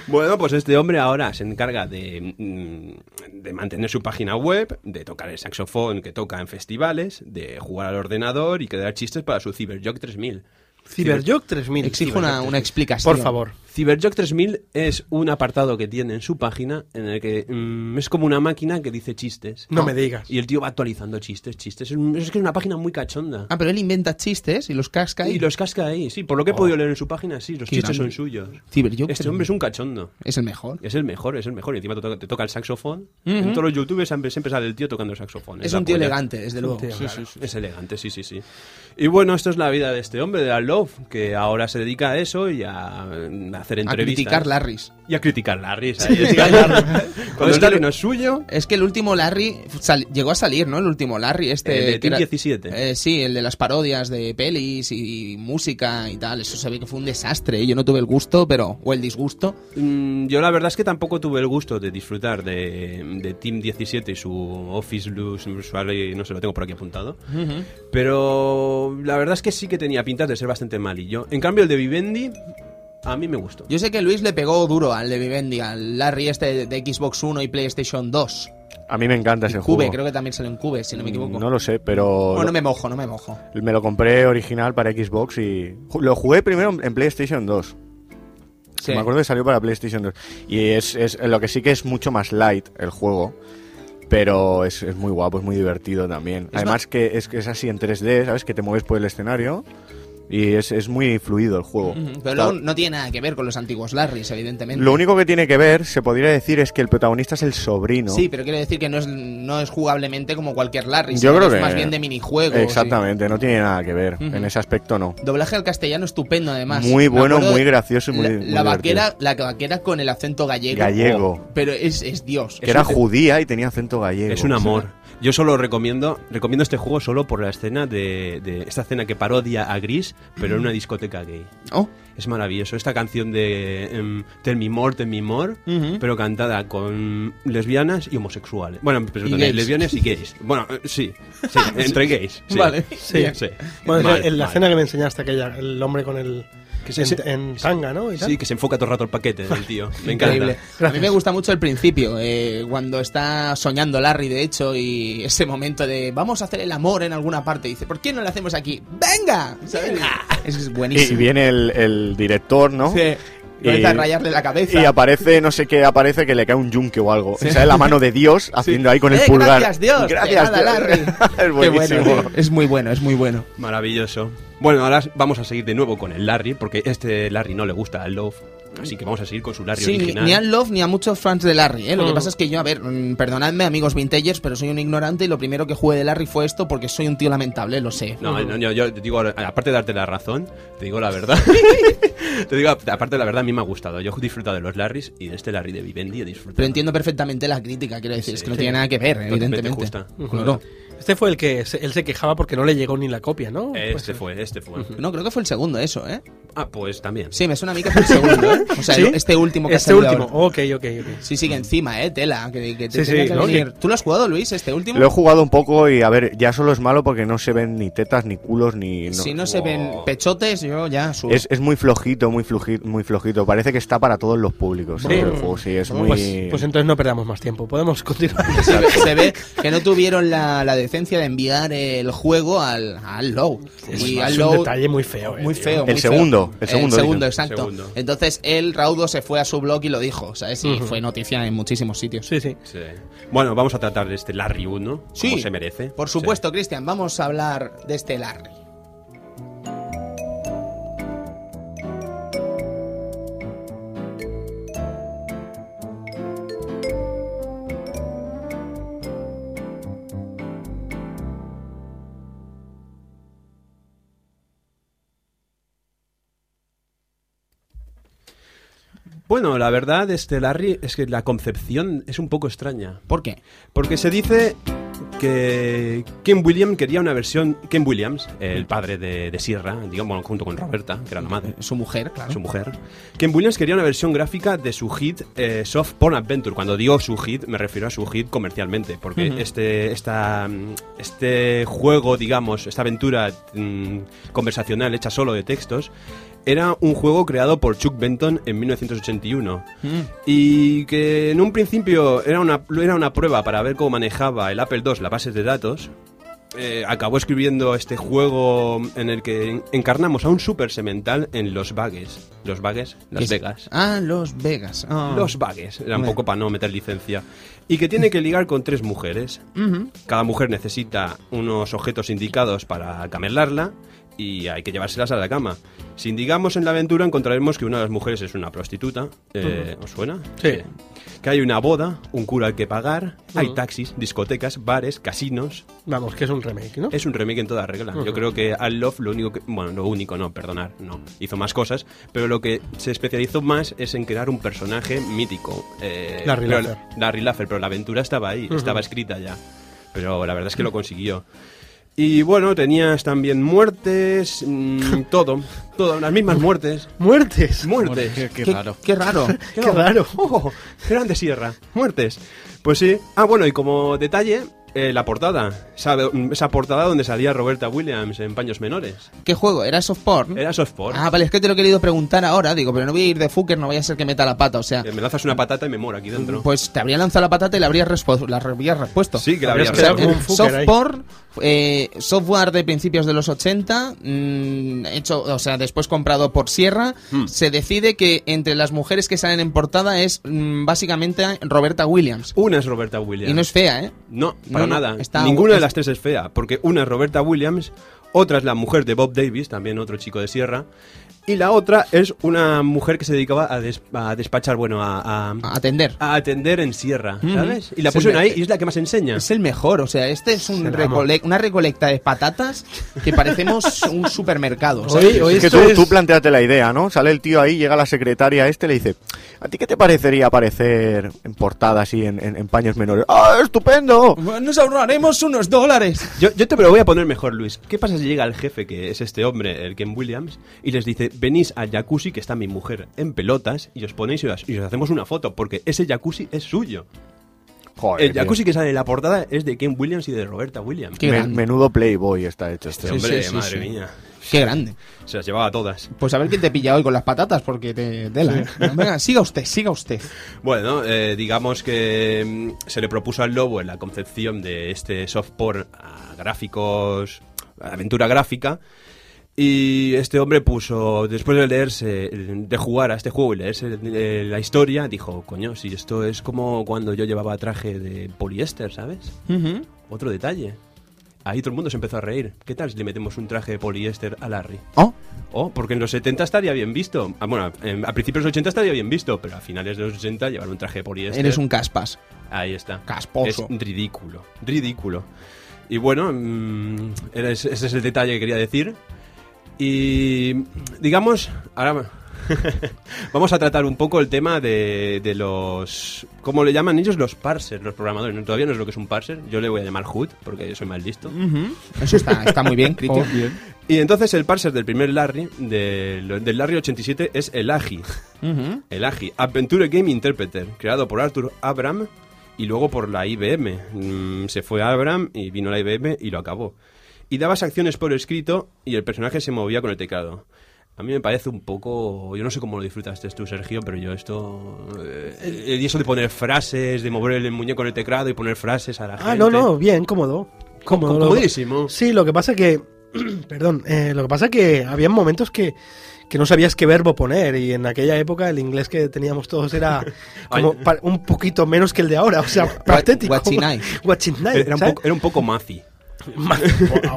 Bueno, pues este hombre ahora se encarga de, mm, de mantener su página web, de tocar el saxofón que toca en festivales, de jugar al ordenador y crear chistes para su CyberJock 3000. Cyberjock 3000. Exijo una, una explicación. Por favor. CyberJock 3000 es un apartado que tiene en su página en el que mm, es como una máquina que dice chistes. No me digas. Y el tío va actualizando chistes, chistes. Es, un- es que es una página muy cachonda. Ah, pero él inventa chistes y los casca y, Y los casca ahí, sí. Por lo que he podido leer en su página, sí, Oh. los Qué chistes son grande. suyos. CyberJock Este 3000. hombre es un cachondo. Es el mejor. Es el mejor, es el mejor. Y encima te toca, te toca el saxofón. En todos los youtubers siempre, siempre sale el tío tocando saxofón. Es la un tío polla. elegante, desde luego. tío. Sí, sí, sí. Es elegante, sí, sí, sí. Y bueno, esto es la vida de este hombre, de Al Love, que ahora se dedica a eso y a, mm, hacer A entrevistas. criticar Larrys. Y a criticar la risa. y a <laughs> criticar Larry. Cuando Pues el Larry que- no es suyo... Es que el último Larry sal- llegó a salir, ¿no? El último Larry, este. El de que Team 17. eh, sí, el de las parodias de pelis y, música y tal. Eso se ve que fue un desastre. ¿eh? Yo no tuve el gusto, pero. O el disgusto. mm, Yo la verdad es que tampoco tuve el gusto de disfrutar de, de Team 17 y su Office Blues usuario, no se lo tengo por aquí apuntado. Pero la verdad es que sí que tenía pintas de ser bastante malillo. En cambio, el de Vivendi, a mí me gustó. Yo sé que Luis le pegó duro al de Vivendi, al Larry este de Xbox 1 y PlayStation 2. A mí me encanta ese En juego. Mm, Cube, creo que también salió en Cube, si no me equivoco. No lo sé, pero Bueno, no me mojo, no me mojo. me lo compré original para Xbox y ju- lo jugué primero en PlayStation 2. Sí. Me acuerdo que salió para PlayStation 2. Y es, es- lo que sí que es mucho más light el juego. Pero es, es muy guapo, es muy divertido también. Además que es, que es así en 3D, ¿sabes? Que te mueves por el escenario y es, es muy fluido el juego. Ujú, Está- Pero luego no tiene nada que ver con los antiguos Larrys, evidentemente. Lo único que tiene que ver, se podría decir, es que el protagonista es el sobrino. Sí, pero quiero decir que no es, no es jugablemente como cualquier Larry. Yo sino creo es que... más bien de minijuegos. y- Exactamente, no tiene nada que ver. En ese aspecto no. Doblaje al castellano estupendo, además. Muy Me bueno, acuerdo muy de- gracioso y muy- la, muy la vaquera, divertido. la vaquera con el acento gallego. Gallego. Oh, pero es, es Dios. Que era judía y tenía acento gallego. Es un amor. Yo solo recomiendo, recomiendo este juego solo por la escena de, de esta escena que parodia a Gris, pero en una discoteca gay. Oh, Es maravilloso. Esta canción de em, Tell Me More, Tell Me More, pero cantada con lesbianas y homosexuales. Bueno, perdón, gays. lesbianas y gays. Bueno, eh, sí, sí, entre gays. sí. Vale. sí. sí. Bueno, Mal, en la mal. escena que me enseñaste aquella, el hombre con el... Que se- en, se- en tanga, ¿no? Y tal. Sí, que se enfoca todo el rato el paquete del tío. <laughs> Me encanta. increíble. A mí me gusta mucho el principio, eh, cuando está soñando Larry, de hecho, y ese momento de vamos a hacer el amor en alguna parte. Dice, ¿por qué no lo hacemos aquí? ¡Venga! ¿Sabes? <laughs> Es, es Y buenísimo. viene el, el director, ¿no? Sí. Y- Comienza a rayarle la cabeza. Y aparece, no sé qué, aparece que le cae un yunque o algo. O sea, la mano de Dios haciendo ahí con el Eh, pulgar. Gracias, Dios. Gracias, Pegada, Larry. Dios. Qué <laughs> es buenísimo. bueno, tío. es muy bueno, es muy bueno. Maravilloso. Bueno, ahora vamos a seguir de nuevo con el Larry, porque este Larry no le gusta al Love. Así que vamos a seguir con su Larry Sí, ni, original. ni a Love ni a muchos fans de Larry. ¿eh? Lo que pasa es que yo, a ver, mm, perdonadme, amigos vintagers, pero soy un ignorante y lo primero que jugué de Larry fue esto porque soy un tío lamentable, lo sé. No, no, yo, yo te digo, aparte de darte la razón, te digo <laughs> la verdad. te digo, aparte de la verdad, a mí me ha gustado. Yo he disfrutado de los Larrys y de este Larry de Vivendi he disfrutado. Pero entiendo perfectamente la crítica, quiero decir, es que no tiene nada que ver, Totalmente evidentemente. justa. Claro. Este fue el que se- él se quejaba porque no le llegó ni la copia, ¿no? Pues Este fue, este fue. No, creo que fue el segundo eso, ¿eh? Ah, pues también. Sí, me suena a mí que fue el segundo, ¿eh? O sea, <laughs> ¿Sí? el- este último que ha Este salido último, ahora. ok, ok, ok. Sí, sigue encima, ¿eh? Tela, que, que te Sí, sí, tenga que ¿no? venir. ¿Tú lo has jugado, Luis, este último? Lo he jugado un poco y a ver, ya solo es malo porque no se ven ni tetas, ni culos, ni. no- Si no se ven Oh. pechotes, yo ya subo. Es, es muy flojito, muy flojito, muy flojito. Parece que está para todos los Pues públicos. ¿no? Sí. El juego, sí, es muy. Pues, pues entonces no perdamos más tiempo, podemos continuar. <laughs> se, ve, se ve que no tuvieron la, la decencia de enviar el juego al, al Low. Es, y es al un Low. detalle muy feo, eh, Muy tío. feo. el muy feo. segundo, segundo, el segundo, dices. exacto. Segundo. Entonces él, Raudo, se fue a su blog y lo dijo, ¿sabes? Y fue noticia en muchísimos sitios. Sí, sí. Sí. Bueno, vamos a tratar de este Larry Wood, ¿no? Como se merece. Por Sí. supuesto, Cristian, vamos a hablar de este Larry. Bueno, la verdad, este Larry, es que la concepción es un poco extraña. ¿Por qué? Porque se dice que Ken Williams quería una versión. Ken Williams, el padre de, de Sierra, digamos, bueno, junto con Roberta, que era la madre, Su mujer, claro. su mujer. Ken Williams quería una versión gráfica de su hit eh, Soft Porn Adventure. Cuando digo su hit, me refiero a su hit comercialmente. Porque este, esta, mm, este juego, digamos, esta aventura mm, conversacional hecha solo de textos. Era un juego creado por Chuck Benton en 1981 y que en un principio era una, era una prueba para ver cómo manejaba el Apple II la base de datos. eh, acabó escribiendo este juego en el que encarnamos a un super semental en Los Vagues. Los Vagues, Que Las es- Vegas. Ah, Los Vegas. Ah. Los Vagues, era un Bueno. poco para no meter licencia. Y que tiene que ligar con tres mujeres. Ujú. Cada mujer necesita unos objetos indicados para camelarla y hay que llevárselas a la cama. Si indicamos en la aventura encontraremos que una de las mujeres es una prostituta. Eh, ¿Os suena? Sí. Que hay una boda, un cura al que pagar, hay taxis, discotecas, bares, casinos. Vamos, que es un remake, ¿no? Es un remake en toda regla. Yo creo que Al Love lo único que... Bueno, lo único no, perdonar, no. Hizo más cosas, pero lo que se especializó más es en crear un personaje mítico. Eh, Larry pero- Laffer. Larry Laffer, pero la aventura estaba ahí, estaba escrita ya. Pero la verdad es que lo consiguió. Y bueno, tenías también muertes, <laughs> mm, todo, todo, las mismas muertes. ¡Muertes! Muertes. Qué, qué Qué raro. Qué <laughs> raro. ¡Qué raro! ¡Oh! Grande Sierra, muertes. Pues sí. Ah, bueno, y como detalle, eh, la portada. Esa, esa portada donde salía Roberta Williams en paños menores. ¿Qué juego? ¿Era soft porn? Era softcore. Ah, vale, es que te lo he querido preguntar ahora, digo, pero no voy a ir de fucker, no vaya a ser que meta la pata, o sea, Eh, Me lanzas una patata y me muero aquí dentro. pues te habría lanzado la patata y la habrías, respu- la habrías respuesto. sí, que la habrías habrías O sea, quedado hecho. como eh, un fucker soft ahí. porn, eh, software de principios de los 80, mm, hecho, o sea, después comprado por Sierra, se decide que entre las mujeres que salen en portada es mm, básicamente Roberta Williams. Una es Roberta Williams. Y no es fea, ¿eh? No, No, para no, nada. está- Ninguna de es- las tres es fea, porque una es Roberta Williams, otra es la mujer de Bob Davis, también otro chico de Sierra, y la otra es una mujer que se dedicaba a, des- a despachar, bueno, a, a- A atender. a atender en Sierra, Ujú. ¿sabes? Y la Se pusieron me- ahí y es la que más enseña. Es el mejor, o sea, este es un Se la amo. recole- una recolecta de patatas que parecemos un supermercado. o sea, Hoy, hoy Es que tú, esto es- tú planteaste la idea, ¿no? Sale el tío ahí, llega la secretaria este y le dice, ¿a ti qué te parecería aparecer en portada así, en, en- en paños menores? ¡Ah, estupendo! Nos ahorraremos unos dólares. Yo, yo te lo voy a poner mejor, Luis. ¿Qué pasa si llega el jefe, que es este hombre, el Ken Williams, y les dice, venís al jacuzzi, que está mi mujer en pelotas, y os ponéis y os, y os hacemos una foto, porque ese jacuzzi es suyo. Joder, El jacuzzi que sale en la portada es de Ken Williams y de Roberta Williams. Qué tío. Me- grande. menudo playboy está hecho este. Este Sí, hombre, sí, sí, madre sí. mía. Qué grande. Se las llevaba todas. Pues a ver quién te pilla hoy con las patatas, porque te tela. ¿eh? Venga, siga usted, siga usted. Bueno, eh, digamos que mm, se le propuso al Lobo en la concepción de este soft porn a gráficos, a aventura gráfica. Y este hombre puso, después de leerse, de jugar a este juego y leerse eh, la historia, dijo, coño, si esto es como cuando yo llevaba traje de poliéster, ¿sabes? Otro detalle. Ahí todo el mundo se empezó a reír. ¿Qué tal si le metemos un traje de poliéster a Larry? Oh, Oh, porque en los 70 estaría bien visto. Ah, Bueno, en- a principios de los 80 estaría bien visto, pero a finales de los 80 llevar un traje de poliéster. eres un caspas. Ahí está. casposo. Es ridículo, ridículo. Y bueno, mm, era ese ese es el detalle que quería decir. Y digamos, ahora <laughs> vamos a tratar un poco el tema de, de los... ¿Cómo le llaman ellos? Los parsers, los programadores. No, todavía no es lo que es un parser. Yo le voy a llamar HUD porque yo soy más listo. Eso está, está muy bien, Cristian. Y entonces el parser del primer Larry, del, del Larry 87, es el AGI. Ujú. El AGI, Adventure Game Interpreter, creado por Arthur Abram y luego por la IBM. Mm, se fue a Abram y vino la IBM y lo acabó. Y dabas acciones por escrito y el personaje se movía con el teclado. A mí me parece un poco... Yo no sé cómo lo disfrutaste tú, Sergio, pero yo esto... eh, y eso de poner frases, de mover el muñeco con el teclado y poner frases a la gente... Ah, no, no, bien, cómodo. Cómodo. Comodísimo. <clears throat> Sí, lo que pasa que. perdón, eh, lo que pasa que había momentos que, que no sabías qué verbo poner y en aquella época el inglés que teníamos todos <laughs> era como pa- un poquito menos que el de ahora, o sea, patético. <laughs> guachinay. Guachinay, Era un ¿sabes? poco, era un poco mazi. Ma-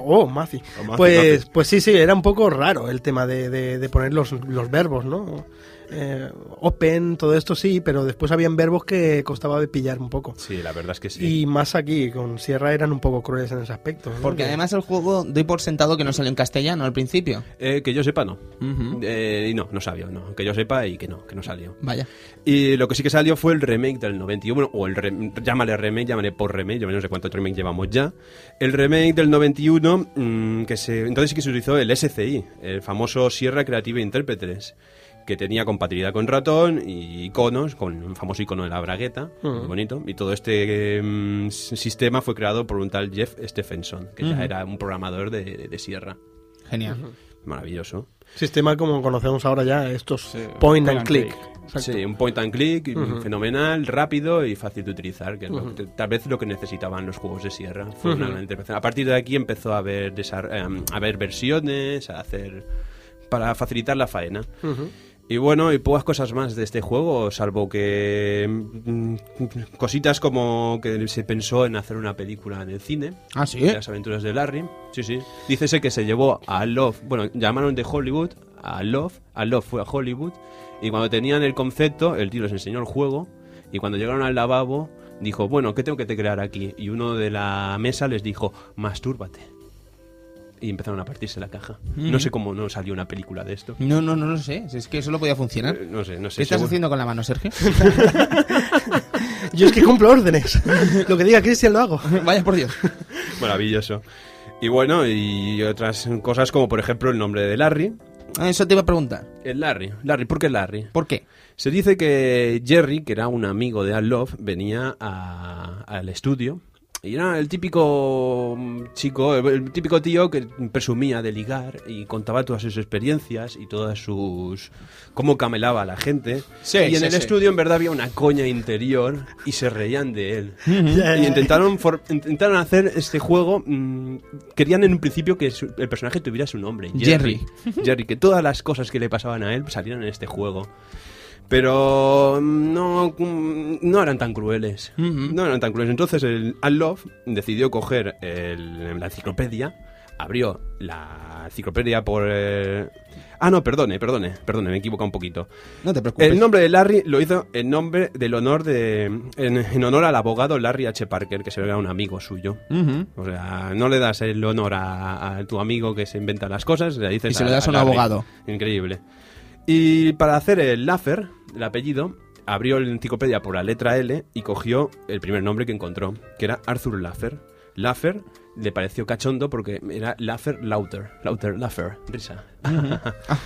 oh, <laughs> Mazi. Oh, Mazi, Pues, Mazi. pues sí, sí, era un poco raro el tema de, de- de poner los, los verbos, ¿no? Eh, open, todo esto sí, pero después habían verbos que costaba de pillar un poco. Sí, la verdad es que sí. Y más aquí, con Sierra eran un poco crueles en ese aspecto. ¿no? Porque Que- además el juego doy por sentado que no salió en castellano al principio. Eh, que yo sepa, no. Eh, y no, no salió, no. Que yo sepa y que no, que no salió. Vaya. Y lo que sí que salió fue el remake del 91, bueno, o el rem- llámale remake, llámale por remake, yo no sé cuántos remake llevamos ya. El remake del 91, mm, que se, entonces sí que se utilizó el SCI, el famoso Sierra Creative Interpreters, que tenía compatibilidad con ratón y iconos, con un famoso icono de la bragueta, muy bonito. Y todo este mm, s- sistema fue creado por un tal Jeff Stephenson, que ya era un programador de, de- de Sierra. Genial. Maravilloso. Sistema como conocemos ahora ya, estos Sí, point and click. Exacto. Sí, un point and click fenomenal, rápido y fácil de utilizar, que es lo que- tal vez lo que necesitaban los juegos de Sierra. Fue una gran interpretación. A partir de aquí empezó a haber, desar- eh, a haber versiones, a hacer para facilitar la faena. Y bueno, y pocas cosas más de este juego, salvo que mm, cositas como que se pensó en hacer una película en el cine. Ah, sí. de Las aventuras de Larry. Sí, sí. Dícese que se llevó a Love, bueno, llamaron de Hollywood a Love, a Love fue a Hollywood y cuando tenían el concepto, el tío les enseñó el juego y cuando llegaron al lavabo dijo, "Bueno, ¿qué tengo que crear aquí?" Y uno de la mesa les dijo, "Mastúrbate." Y empezaron a partirse la caja. No sé cómo no salió una película de esto. No, no, no lo sé. Si Es que eso lo podía funcionar. Eh, No sé, no sé. ¿Qué estás seguro. haciendo con la mano, Sergio? Yo es que cumplo órdenes. <laughs> lo que diga Cristian lo hago. Vaya por Dios. Maravilloso. Y bueno, y otras cosas como por ejemplo el nombre de Larry. Ah, Eso te iba a preguntar. El Larry. Larry, ¿por qué Larry? ¿Por qué? Se dice que Jerry, que era un amigo de Al Love, venía a- al estudio y era el típico mm, chico, el, el típico tío que presumía de ligar y contaba todas sus experiencias y todas sus... cómo camelaba a la gente. Sí, y en sí, el sí. estudio en verdad había una coña interior y se reían <laughs> de él. y intentaron, for- intentaron hacer este juego, mm, querían en un principio que su- el personaje tuviera su nombre. Jerry. Jerry, que todas las cosas que le pasaban a él salieran en este juego. Pero mm, no, mm, no eran tan crueles. No eran tan crueles. Entonces el Al Love decidió coger el- la enciclopedia, abrió la enciclopedia por... eh, Ah, no, perdone, perdone, perdone, me he equivocado un poquito. No te preocupes. El nombre de Larry lo hizo en nombre del honor de... En, en honor al abogado Larry H. Parker, que se era un amigo suyo. Ujú. O sea, no le das el honor a, a tu amigo que se inventa las cosas, le dices Y se lo das a un Larry. abogado. Increíble. Y para hacer el Laffer, el apellido, abrió la enciclopedia por la letra L y cogió el primer nombre que encontró, que era Arthur Laffer. Laffer le pareció cachondo porque era Laffer Lauter, Lauter Laffer, risa. <laughs> Ah,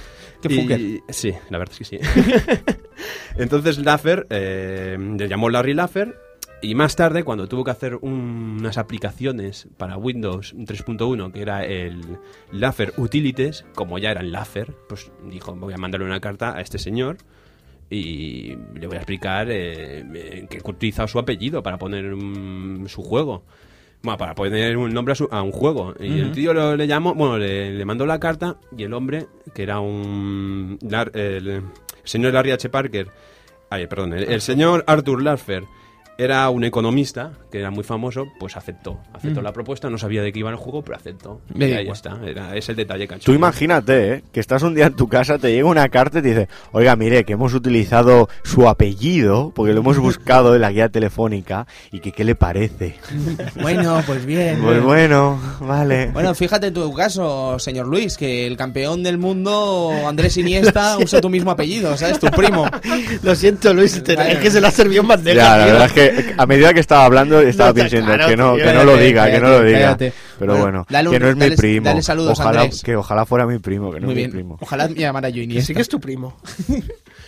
Qué Y- fucker. Sí, la verdad es que sí. <laughs> Entonces Laffer eh, le llamó Larry Laffer y más tarde, cuando tuvo que hacer un- unas aplicaciones para Windows 3.1, que era el Laffer Utilities, como ya eran Laffer, pues dijo, voy a mandarle una carta a este señor y le voy a explicar eh, eh, que utiliza su apellido para poner mm, su juego. Bueno, para poner un nombre a, su- a un juego. Y el tío lo- le llamó, bueno, le, le mandó la carta y el hombre, que era un... Lar- el señor Larry H. Parker, ay, perdón, el, el señor Arthur Laffer era un economista, que era muy famoso, pues aceptó. Aceptó la propuesta, no sabía de qué iba el juego, pero aceptó. Mm. Me y da ahí igual. está, era- es el detalle cachondo. Tú imagínate, ¿eh? que estás un día en tu casa, te llega una carta y te dice, oiga, mire, que hemos utilizado su apellido, porque lo hemos buscado en la guía telefónica, y que qué le parece. <laughs> Bueno, pues bien. Pues bueno, vale. Bueno, fíjate tu caso, señor Luis, que el campeón del mundo, Andrés Iniesta, usa tu mismo apellido, ¿sabes? Tu primo. Lo siento, Luis, te- Vale. es que se la sirvió en bandeja. ya, la tío. verdad es que a medida que estaba hablando estaba No, está pensando claro, que no, tío, que no lo cállate, diga, que no lo eh, cállate, diga. cállate. Pero Bueno, bueno, dale un- que no es mi dale- primo. dale saludos, ojalá, Andrés. que ojalá fuera mi primo, que no Muy es mi bien. primo. Ojalá me llamara yo Que sí Iniesta. <laughs> que es tu primo.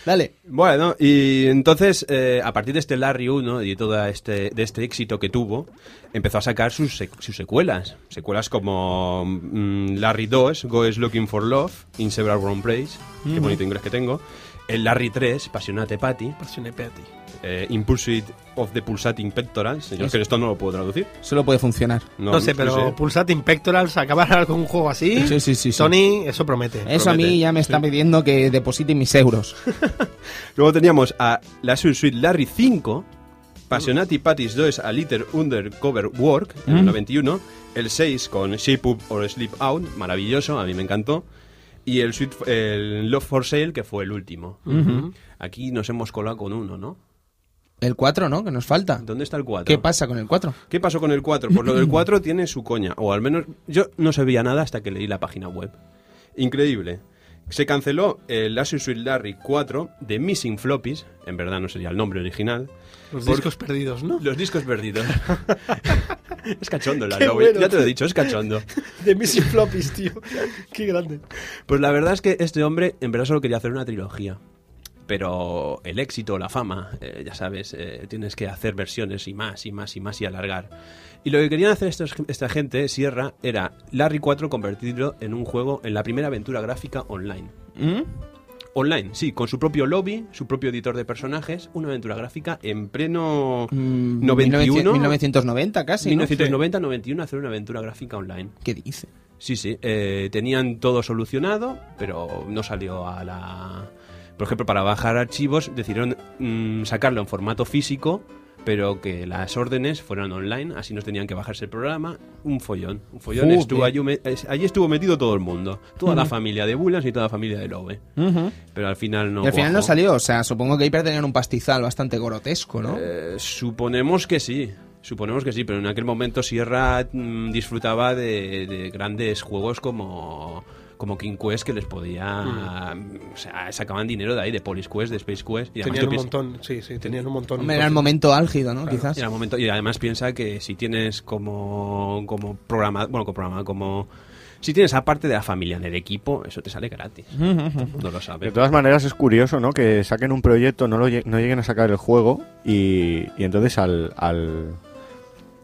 Dale. Bueno, y entonces, eh, a partir de este Larry 1 y todo este, de este éxito que tuvo, empezó a sacar sus, sec- sus secuelas. Secuelas como mm, Larry 2, Go is Looking for Love, In Several Wrong Place, qué bonito inglés que tengo. El Larry 3, Passionate Patty. Pasione Peti. eh, In Pursuit of the Pulsating Pectorals. Yo es que esto no lo puedo traducir. Solo puede funcionar. No, sé, pero Pulsating Pectorals, acabar con un juego así. Sí, sí, sí, sí. Sony, eso promete. Eso a mí Promete, ya me está pidiendo que deposite mis euros. Luego teníamos a la Suite Larry 5, Passionati Patties 2 a Liter Undercover Work, en el 91, el 6 con Shape Up or Sleep Out, maravilloso, a mí me encantó, y el, Sweet, el Love for Sale, que fue el último. Aquí nos hemos colado con uno, ¿no? El 4, ¿no? Que nos falta. ¿Dónde está el 4? ¿Qué pasa con el 4? ¿Qué pasó con el 4? Pues lo del 4 tiene su coña, o al menos yo no sabía nada hasta que leí la página web. Increíble. Se canceló el Asus Sweet Larry 4 de Missing Floppies, en verdad no sería el nombre original. Los por- discos perdidos, <laughs> ¿no? Los discos perdidos. es cachondo la Qué Lowell, bueno. ya te lo he dicho, es cachondo. De Missy Floppies, tío. Qué grande. Pues la verdad es que este hombre en verdad solo quería hacer una trilogía. Pero el éxito, la fama, eh, ya sabes, eh, tienes que hacer versiones y más y más y más y alargar. Y lo que querían hacer estos- esta gente, Sierra, era Larry 4 convertirlo en un juego, en la primera aventura gráfica online. ¿Mm? Online, sí, con su propio lobby, su propio editor de personajes, una aventura gráfica en pleno Mm, 91. 1990 casi. ¿no? 1990-91 hacer una aventura gráfica online. ¿Qué dice? Sí, sí. eh, tenían todo solucionado, pero no salió a la... Por ejemplo, para bajar archivos decidieron mm, sacarlo en formato físico, pero que las órdenes fueran online, así nos tenían que bajarse el programa. Un follón. Un follón. Joder. Estuvo allí, me- es- allí estuvo metido todo el mundo. Toda la familia de Bullans y toda la familia de Lobe. Pero al final no... y al final no cuajó. salió. O sea, supongo que ahí tener un pastizal bastante grotesco, ¿no? Eh, suponemos que sí. Suponemos que sí, pero en aquel momento Sierra mm, disfrutaba de, de grandes juegos como, como King Quest que les podía. mm, O sea, sacaban dinero de ahí, de Police Quest, de Space Quest. Y Tenían además tú un piensas- montón, sí, sí, tenían un montón. Hombre, era pues, el momento álgido, ¿no? y Quizás. era el momento- y además piensa que si tienes como, como programa, bueno, como programa, como. Si tienes aparte de la familia en el equipo, eso te sale gratis. No lo De sabes. todas maneras es curioso, ¿no? Que saquen un proyecto, no, lo lle- no lleguen a sacar el juego y, y entonces al, al...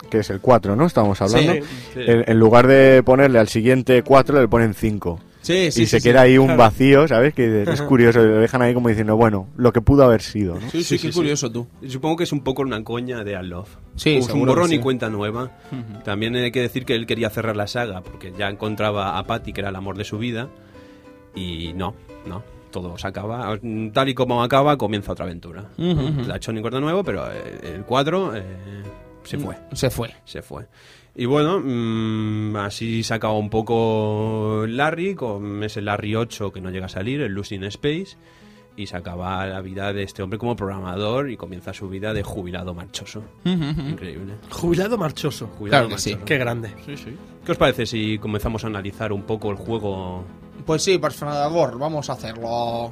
que es el 4, ¿no? Estábamos hablando. Sí, sí. En, en lugar de ponerle al siguiente 4 le ponen 5. Sí, y se queda ahí un vacío, ¿sabes? Que es curioso, lo dejan ahí como diciendo, bueno, lo que pudo haber sido, ¿no? Sí, sí, Sí, qué sí, sí. curioso tú. Supongo que es un poco una coña de Al Love. Sí, Pues un seguro borrón que sí. y cuenta nueva. También hay que decir que él quería cerrar la saga porque ya encontraba a Patty, que era el amor de su vida. Y no, no. Todo se acaba. Tal y como acaba, comienza otra aventura. La Choni cuenta nuevo, pero eh, el cuadro eh, se fue. Se fue. Se fue. Y bueno, mm, así se acaba un poco Larry con ese Larry 8 que no llega a salir, el Losing Space. Y se acaba la vida de este hombre como programador y comienza su vida de jubilado marchoso. Increíble. Jubilado marchoso. Claro Jubilado Mm. que sí. marchoso. Qué grande. Sí, sí. ¿Qué os parece si comenzamos a analizar un poco el juego? Pues sí, por favor, vamos a hacerlo.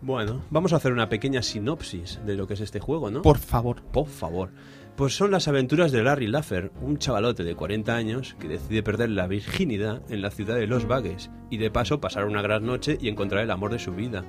Bueno, vamos a hacer una pequeña sinopsis de lo que es este juego, ¿no? Por favor. Por favor. Pues son las aventuras de Larry Laffer, un chavalote de 40 años que decide perder la virginidad en la ciudad de Los Vagues y de paso pasar una gran noche y encontrar el amor de su vida.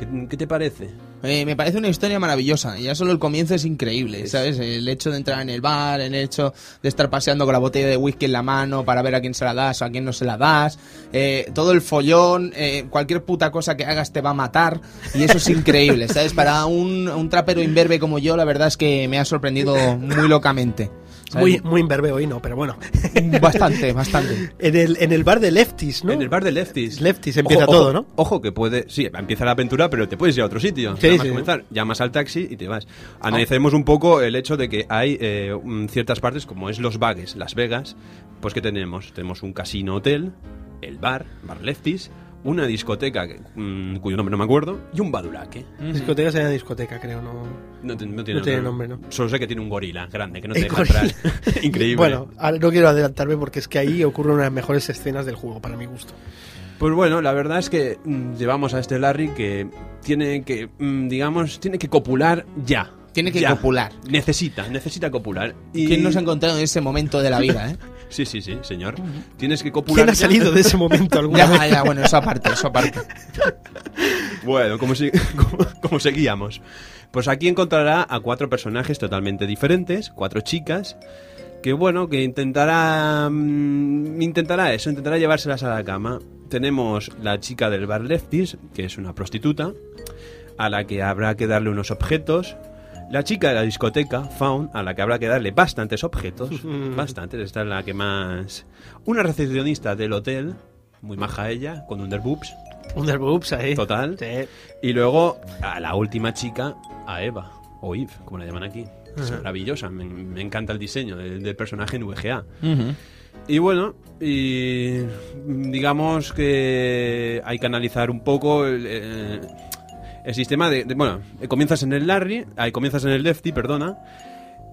¿Qué, qué te parece? Eh, me parece una historia maravillosa. Ya solo el comienzo es increíble, ¿sabes? El hecho de entrar en el bar, el hecho de estar paseando con la botella de whisky en la mano para ver a quién se la das o a quién no se la das. eh, todo el follón, eh, cualquier puta cosa que hagas te va a matar. Y eso es increíble, ¿sabes? Para un, un trapero imberbe como yo, la verdad es que me ha sorprendido muy locamente. Muy, ¿sabes? muy imberbe hoy, no, pero bueno. <laughs> Bastante, bastante. En el, en el bar de Lefties, ¿no? En el bar de Lefties. Lefties, empieza todo, ¿no? Ojo, que puede. Sí, empieza la aventura, pero te puedes ir a otro sitio. Sí, Nada más sí. Ah. comenzar, llamas al taxi y te vas. Analicemos un poco el hecho de que hay eh, mm, ciertas partes, como es Los Vagues, Las Vegas, pues que tenemos. Tenemos un casino hotel, el bar, Bar Lefties, una discoteca que, mm, cuyo nombre no me acuerdo, y un badulaque. Discoteca sería discoteca, creo, ¿no? No, te- tiene, No tiene nombre, ¿no? Solo sé que tiene un gorila grande que no te El deja gorila. entrar. <laughs> Increíble. Bueno, ahora no quiero adelantarme porque es que ahí ocurren unas mejores escenas del juego, para mi gusto. Pues bueno, la verdad es que mm, llevamos a este Larry que tiene que, mm, digamos, tiene que copular ya. Tiene que Ya. copular. Necesita, necesita copular. Y ¿Quién nos ha encontrado en ese momento de la vida, eh? Sí, sí, sí, señor. Tienes que copular. ¿Quién ha salido de ese <laughs> momento alguna vez? Ya, ya, bueno, eso aparte, eso aparte. Bueno, ¿cómo, se- <laughs> cómo- cómo seguíamos? Pues aquí encontrará a cuatro personajes totalmente diferentes, cuatro chicas, que bueno, que intentará, mm, intentará eso, intentará llevárselas a la cama. Tenemos la chica del bar Leftis, que es una prostituta, a la que habrá que darle unos objetos. La chica de la discoteca, Faun, a la que habrá que darle bastantes objetos. bastantes, esta es la que más... Una recepcionista del hotel, muy maja ella, con underboobs. Underboobs ahí. Total. Sí. Y luego a la última chica, a Eva, o Eve, como la llaman aquí. Es maravillosa, me, me encanta el diseño del, del personaje en VGA. Y bueno, y digamos que hay que analizar un poco el, eh, el sistema de, de- Bueno, eh, comienzas en el Larry, ahí comienzas en el Lefty, perdona,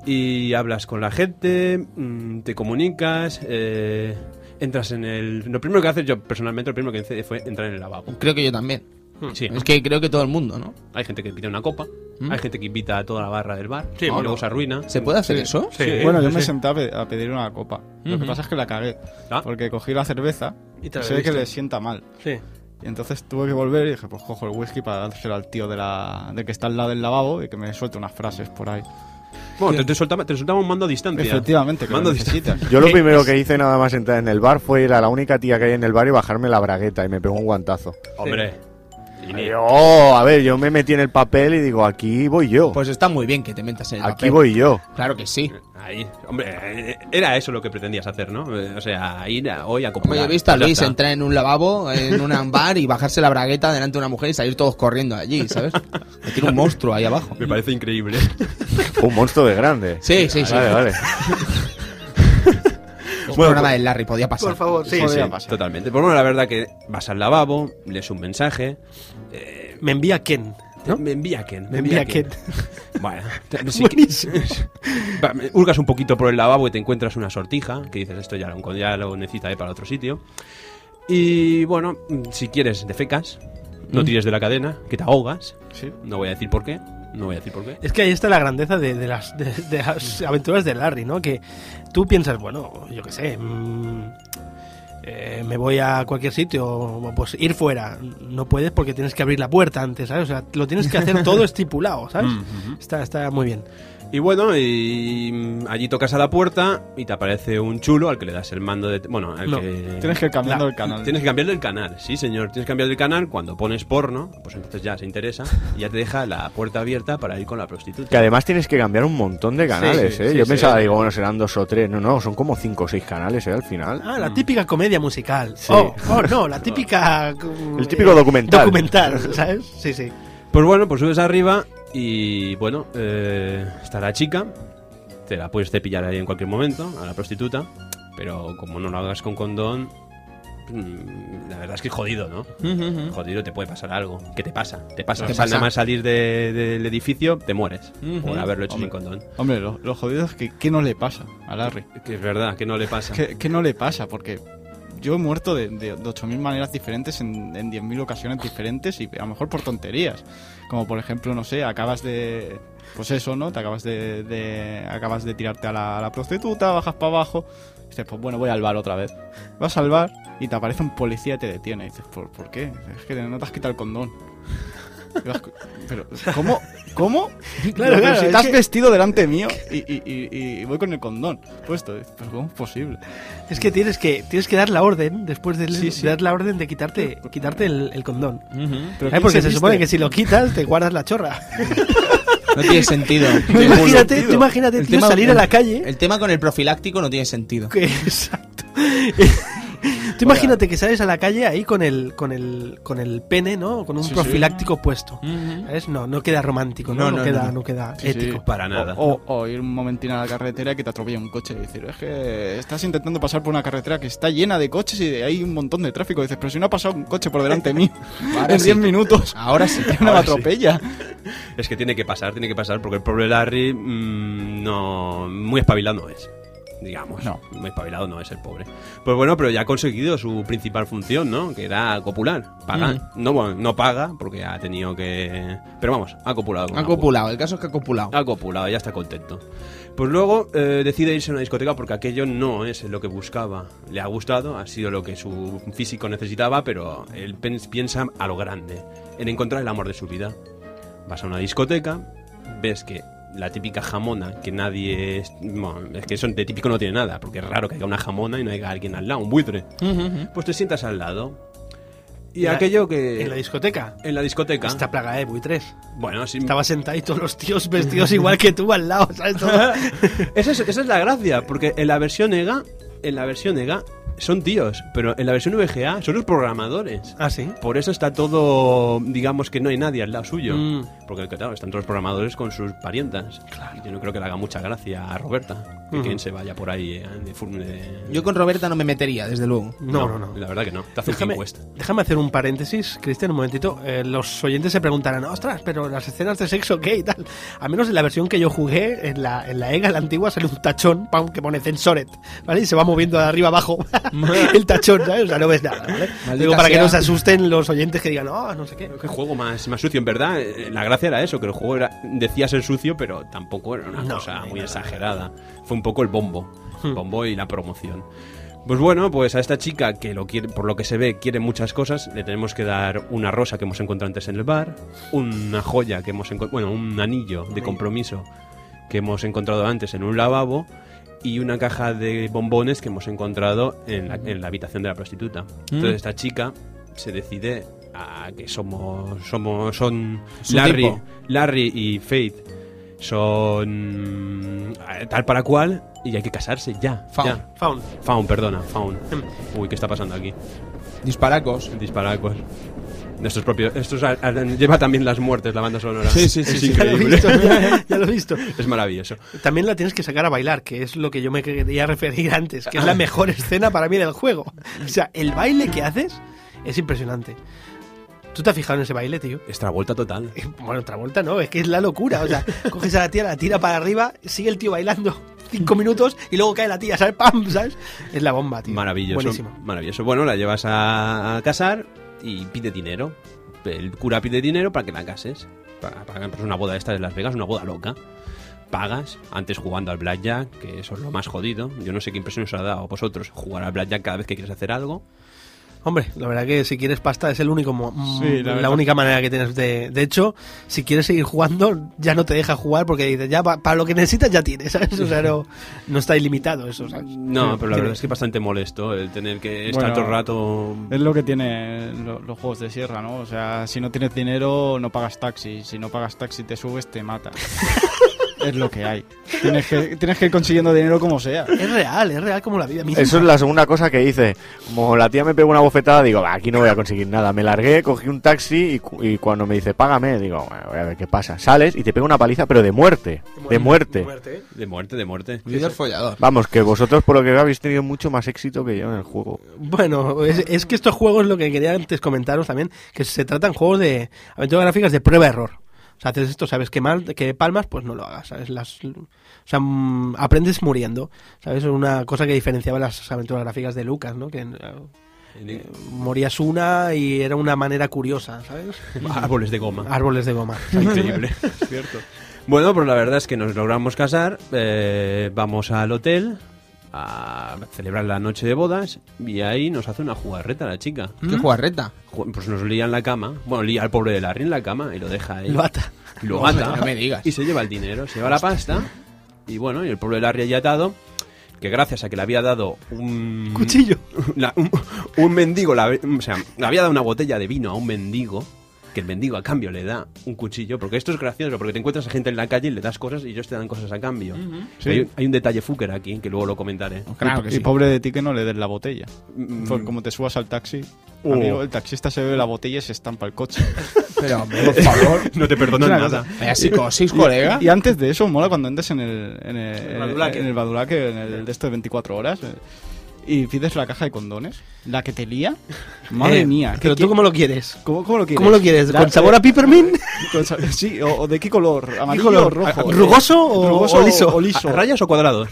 y hablas con la gente, mm, te comunicas, eh, entras en el... Lo primero que haces, yo personalmente, lo primero que hice fue entrar en el lavabo. Creo que yo también. Sí. Es que creo que todo el mundo, ¿no? Hay gente que invita una copa, ¿Mm? hay gente que invita a toda la barra del bar, Sí, y bueno. luego se arruina. ¿Se puede hacer eso? Bueno, yo me sí. senté a pe- a pedir una copa. Lo que Ujú. pasa es que la cagué. Ah. Porque cogí la cerveza Y y te la sé que bebiste. le sienta mal. Sí. Y entonces tuve que volver y dije, pues cojo el whisky para dárselo al tío de la, del que está al lado del lavabo y que me suelte unas frases por ahí. Bueno, te, te soltaba, te soltaba un mando a distancia. Efectivamente, que mando a lo distancia. necesitas. Yo lo primero que hice nada más entrar en el bar fue ir a la única tía que hay en el bar y bajarme la bragueta y me pegó un guantazo. Hombre. Y ni- Y yo, oh, a ver, yo me metí en el papel y digo, aquí voy yo. Pues está muy bien que te metas en el aquí papel. voy yo. Claro que sí. Ahí, hombre, eh, era eso lo que pretendías hacer, ¿no? Eh, O sea, ir a- hoy a copular. Como yo he visto a Ya Luis está. entrar en un lavabo, en un ambar y bajarse la bragueta delante de una mujer y salir todos corriendo allí, ¿sabes? Que tiene un monstruo ahí abajo. Me <laughs> parece increíble. Un monstruo de grande. Sí, sí, sí. Vale, vale. Un Bueno, programa del Larry, podía pasar. Por favor, sí. Sí, Podría sí, pasar. totalmente. Por bueno, la verdad que vas al lavabo, lees un mensaje, eh, Me envía Ken. ¿No? me envía Ken. Me envía Ken. Ken. <laughs> <laughs> Bueno, <laughs> te- sí que- Va, me- hurgas un poquito por el lavabo y te encuentras una sortija, que dices, esto ya lo, ya lo necesitaré para otro sitio. Y bueno, mm, si quieres, defecas, no tires de la cadena, que te ahogas. Sí. No voy a decir por qué, no voy a decir por qué. Es que ahí está la grandeza de, de las, de, de las aventuras de Larry, ¿no? Que tú piensas, bueno, yo qué sé, mm, eh, me voy a cualquier sitio, pues ir fuera. No puedes porque tienes que abrir la puerta antes, ¿sabes? O sea, lo tienes que hacer todo estipulado, ¿sabes? está, está muy bien. Mm, Y bueno, y mm, allí tocas a la puerta y te aparece un chulo al que le das el mando de... Bueno, al No, que... Tienes que ir cambiando La- el canal. Tienes que cambiarle el canal, sí señor, tienes que cambiar el canal cuando pones porno, pues entonces ya se interesa y ya te deja la puerta abierta para ir con la prostituta. Que además tienes que cambiar un montón de canales, Sí, sí, ¿eh? sí, Yo sí. pensaba, digo, bueno, serán dos o tres. No, no, son como cinco o seis canales, ¿eh? Al final. Ah, la típica comedia musical. Sí. Oh, oh, no, la típica... eh, El típico documental. Documental, ¿sabes? Sí, sí. Pues bueno, pues subes arriba y bueno, eh, está la chica, te la puedes cepillar ahí en cualquier momento, a la prostituta, pero como no lo hagas con condón, mm, la verdad es que es jodido, ¿no? Jodido, te puede pasar algo. ¿Qué te pasa? Te pasa. Te Sal- pasa. Nada más salir de- del edificio, te mueres por Ujú. haberlo hecho Hombre. sin condón. Hombre, lo, lo jodido es que ¿qué no le pasa a Larry? Que es verdad, que no le pasa. ¿Qué, qué no le pasa? Porque yo he muerto de, de, de 8.000 maneras diferentes en, en 10.000 ocasiones diferentes y a lo mejor por tonterías. Como por ejemplo, no sé, acabas de... Pues eso, ¿no? Te acabas de, de- acabas de tirarte a la, a la prostituta, bajas para abajo. y Dices, pues bueno, voy al bar otra vez. Vas al bar y te aparece un policía y te detiene. Y dices, ¿por, por qué? Es que no te has quitado el condón. Y vas co- Pero, ¿cómo? ¿Cómo? Claro, Pero claro, si es estás que- vestido delante mío y, y- y- y voy con el condón puesto. Dices, Pero ¿cómo es posible? Es que tienes que, tienes que dar la orden, después de, Sí, sí. dar la orden de quitarte, quitarte el, el condón. Pero Ay, ¿quién ¿Eh? porque se, viste? supone que si lo quitas te guardas la chorra. No tiene sentido. Tú imagínate, tú imagínate, tío, salir a la calle. El tema con el profiláctico no tiene sentido. <laughs> que- exacto. <laughs> tú imagínate que sales a la calle ahí con el, con el, con el pene, ¿no? Con un Sí, profiláctico puesto. ¿Sabes? No, no queda romántico, no, No, no, no, queda, no. no, queda Sí, sí. ético. Para nada. O, o- o ir un momentín a la carretera que te atropella un coche y decir, es que estás intentando pasar por una carretera que está llena de coches y hay un montón de tráfico. Dices, pero si no ha pasado un coche por delante mío Ahora en sí. 10 minutos, Ahora <laughs> sí. no me ahora sí. atropella. Es que tiene que pasar, tiene que pasar, porque el pobre Larry, mm, no, muy espabilado no es. digamos. No. Muy espabilado no es el pobre. Pues bueno, pero ya ha conseguido su principal función, ¿no? Que era copular. Pagar. No, bueno, no paga porque ha tenido que... Pero vamos, ha copulado. con Ha una copulado, el caso es que ha copulado. ha copulado, ya está contento. Pues luego eh, decide irse a una discoteca porque aquello no es lo que buscaba. Le ha gustado, ha sido lo que su físico necesitaba, pero él pens- piensa a lo grande, en encontrar el amor de su vida. Vas a una discoteca, ves que la típica jamona, que nadie es... bueno, es que eso de típico no tiene nada, porque es raro que haya una jamona y no haya alguien al lado, un buitre. Pues te sientas al lado. Y En la- aquello que... En la discoteca. en la discoteca... Está plaga de buitres. Bueno, Eh, sí, Estaba sentado y todos los tíos vestidos igual que tú al lado, ¿sabes? <laughs> Todo- esa, es, esa es la gracia, porque en la versión EGA, en la versión EGA son tíos, pero en la versión VGA son los programadores. Ah, sí. Por eso está todo, digamos que no hay nadie al lado suyo. Mm. Porque claro, están todos los programadores con sus parientas. Yo no creo que le haga mucha gracia a Roberta que quien se vaya por ahí eh, de furne de- Yo con Roberta no me metería, desde luego. No, no, no. La verdad que no. Te hace un Déjame, pingüest. déjame hacer un paréntesis, Cristian, un momentito. Eh, los oyentes se preguntarán, ostras, pero las escenas de sexo gay y tal. A menos en la versión que yo jugué, en la, en la EGA, la antigua, sale un tachón pam, que pone censoret, ¿vale? Y se va moviendo de arriba abajo <laughs> el tachón, ¿sabes? O sea, no ves nada, ¿vale? Maldita Digo, para que sea. no se asusten los oyentes que digan, oh, no sé qué. Qué juego más, más sucio, en verdad. eh, La gracia era eso, que el juego era, decía ser sucio, pero tampoco era una No, cosa no hay muy nada. Hmm. exagerada. Fue un poco el bombo. El bombo y la promoción. Pues bueno, pues a esta chica que lo quiere, por lo que se ve quiere muchas cosas, le tenemos que dar una rosa que hemos encontrado antes en el bar, una joya que hemos encontrado, bueno, un anillo de compromiso que hemos encontrado antes en un lavabo y una caja de bombones que hemos encontrado en la, en la habitación de la prostituta. Mm. Entonces esta chica se decide a que somos somos son Su Larry, tipo. Larry y Faith son eh, tal para cual y hay que casarse ya. Faun. ya. Faun. Faun, perdona, Faun. Uy, ¿qué está pasando aquí? Em. Disparacos. Disparacos. Nuestros propios. Estos a- a- lleva también las muertes la banda sonora. Sí, sí, sí, Es sí. Ya lo he increíble. visto, ya, ya lo he visto. <laughs> es maravilloso. También la tienes que sacar a bailar, que es lo que yo me quería referir antes, que es la mejor escena para mí del juego. O sea, el baile que haces es impresionante. ¿Tú te has fijado en ese baile, tío? Extra vuelta total. Eh, Bueno, otra vuelta no, es que es la locura. O sea, coges a la tía, la tira para arriba, sigue el tío bailando cinco minutos y luego cae la tía, ¿sabes? ¡Pam! ¿Sabes? Es la bomba, tío. Maravilloso. Buenísimo. Maravilloso. Bueno, la llevas a, a casar y pide dinero. El cura pide dinero para que la cases. Para, para pues, una boda esta de Las Vegas, una boda loca. Pagas, antes jugando al blackjack, que eso es lo más jodido. Yo no sé qué impresión os ha dado a vosotros jugar al blackjack cada vez que quieres hacer algo. Hombre, la verdad que si quieres pasta es el único mo- mm, Sí, la la, verdad. única manera que tienes de de hecho, si quieres seguir jugando ya no te deja jugar porque dices, ya pa- para lo que necesitas ya tienes, <laughs> ¿sabes? O sea, no, no está ilimitado eso, ¿sabes? No, Sí. pero la verdad es que es bastante molesto el tener que estar Bueno, todo el rato. Es lo que tienen lo- los juegos de sierra, ¿no? O sea, si no tienes dinero, no pagas taxi. Si no pagas taxi, te subes, te mata. es lo que hay. Tienes que, tienes que ir consiguiendo dinero como sea. Es real, es real como la vida misma. Eso es la segunda cosa que hice. Como la tía me pegó una bofetada, digo, "Bah, aquí no voy a conseguir nada. Me largué, cogí un taxi y, cu- y cuando me dice, págame, digo, "Bueno, voy a ver qué pasa. Sales y te pega una paliza, pero de muerte. De muerte. De muerte, <laughs> de muerte. Líder follador. Vamos, que vosotros por lo que veo habéis tenido mucho más éxito que yo en el juego. Bueno, es, es que estos juegos, lo que quería antes comentaros también, que se tratan juegos de aventuras gráficas de prueba-error. O sea, haces esto, sabes que, mal, que palmas, pues no lo hagas, ¿sabes? Las, o sea, mm, aprendes muriendo, ¿sabes? Es una cosa que diferenciaba las aventuras gráficas de Lucas, ¿no? Que eh, morías una y era una manera curiosa, ¿sabes? <laughs> Árboles de goma. Árboles de <laughs> goma. Increíble. cierto. Bueno, pues la verdad es que nos logramos casar. eh, vamos al hotel a celebrar la noche de bodas y ahí nos hace una jugarreta la chica. Qué jugarreta. Ju- Pues nos lía en la cama. Bueno, lía al pobre de Larry en la cama y lo deja ahí. Lo ata. Lo Hombre, ata. no me digas. Y se lleva el dinero, se lleva la pasta. Y bueno, y el pobre de Larry allí atado. Que gracias a que le había dado un. Cuchillo. <laughs> La- un, un mendigo, la- o sea, le había dado una botella de vino a un mendigo, que el mendigo a cambio le da un cuchillo, porque esto es gracioso, porque te encuentras a gente en la calle y le das cosas y ellos te dan cosas a cambio. Sí. hay, un- hay un detalle fúquer aquí, que luego lo comentaré. Claro y, que y sí. pobre de ti que no le des la botella. Mm. Por como te subas al taxi, amigo, el taxista se bebe la botella y se estampa el <laughs> coche. Pero, hombre, <laughs> por favor. No te perdonan Una nada. Vaya psicosis, colega. Y antes de eso, mola cuando entras en el. En el, El Badulaque. en el Badulaque, en el de esto de 24 horas. eh, y pides la caja de condones, la que te <laughs> lía. Madre Eh, mía. Pero ¿qué- qué- tú, ¿cómo lo quieres? ¿Cómo, cómo lo quieres? ¿Cómo lo quieres? La- ¿Con sabor a peppermint? <laughs> con sa- sí, o, o de qué color, amarillo o color? rojo. eh, ¿Rugoso o- Rugoso o liso? o liso. ¿Rayas o cuadrados?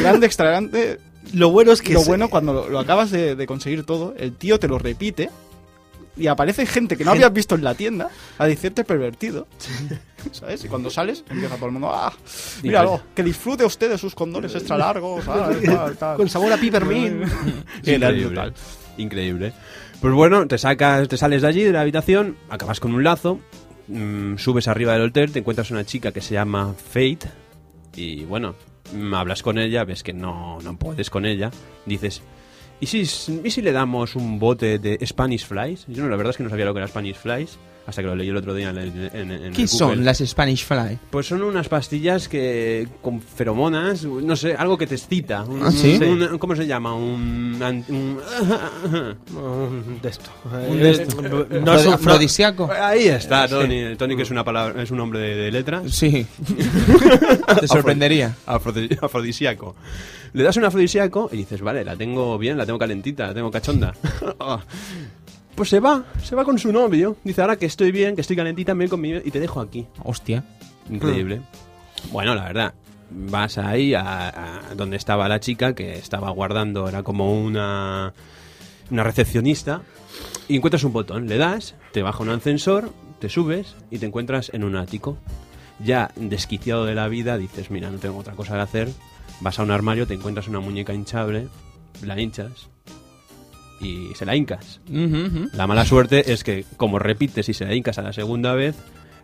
Grande, extra grande. <laughs> Lo bueno es que Lo se- bueno, cuando lo, lo acabas de, de conseguir todo, el tío te lo repite y aparece gente que no habías visto en la tienda a decirte pervertido. ¿Sabes? Y cuando sales, empieza todo el mundo, ¡ah! Míralo, que disfrute usted de sus condones extra largos, <laughs> ah, tal, tal". con sabor a <laughs> peppermint. <laughs> Sí, era Increíble. brutal. Increíble. Pues bueno, te sacas, te sales de allí de la habitación, acabas con un lazo, mm, subes arriba del hotel, te encuentras una chica que se llama Fate y bueno, mm, hablas con ella, ves que no, no puedes con ella, dices, ¿y si, ¿y si le damos un bote de Spanish Flies? Yo no, la verdad es que no sabía lo que era Spanish Flies hasta que lo leí el otro día en, el- en- en el ¿Qué son Google. las Spanish Fly? Pues son unas pastillas que con feromonas, no sé, algo que te excita. Un- Ah, ¿sí? un- ¿Cómo se llama? Un, an- <laughs> un- Mm, De esto. Un Eh, de esto. No Afro- es un ¿Afrodisíaco? Ahí está Tony. Tony que es una palabra, es un nombre de, de letra. Sí. <laughs> Te sorprendería. Afrodi- <laughs> afrodisíaco. Le das un afrodisíaco y dices, vale, la tengo bien, la tengo calentita, la tengo cachonda. <laughs> Oh. pues se va, se va con su novio. Dice, ahora que estoy bien, que estoy calentita, me voy con mi- y te dejo aquí. Hostia. Increíble. Bueno, la verdad, vas ahí a, a donde estaba la chica que estaba guardando, era como una, una recepcionista, y encuentras un botón, le das, te baja un ascensor, te subes y te encuentras en un ático. Ya desquiciado de la vida, dices, mira, no tengo otra cosa que hacer, vas a un armario, te encuentras una muñeca hinchable, la hinchas y se la hincas. Ujú, ujú. La mala suerte es que, como repites y se la hincas a la segunda vez,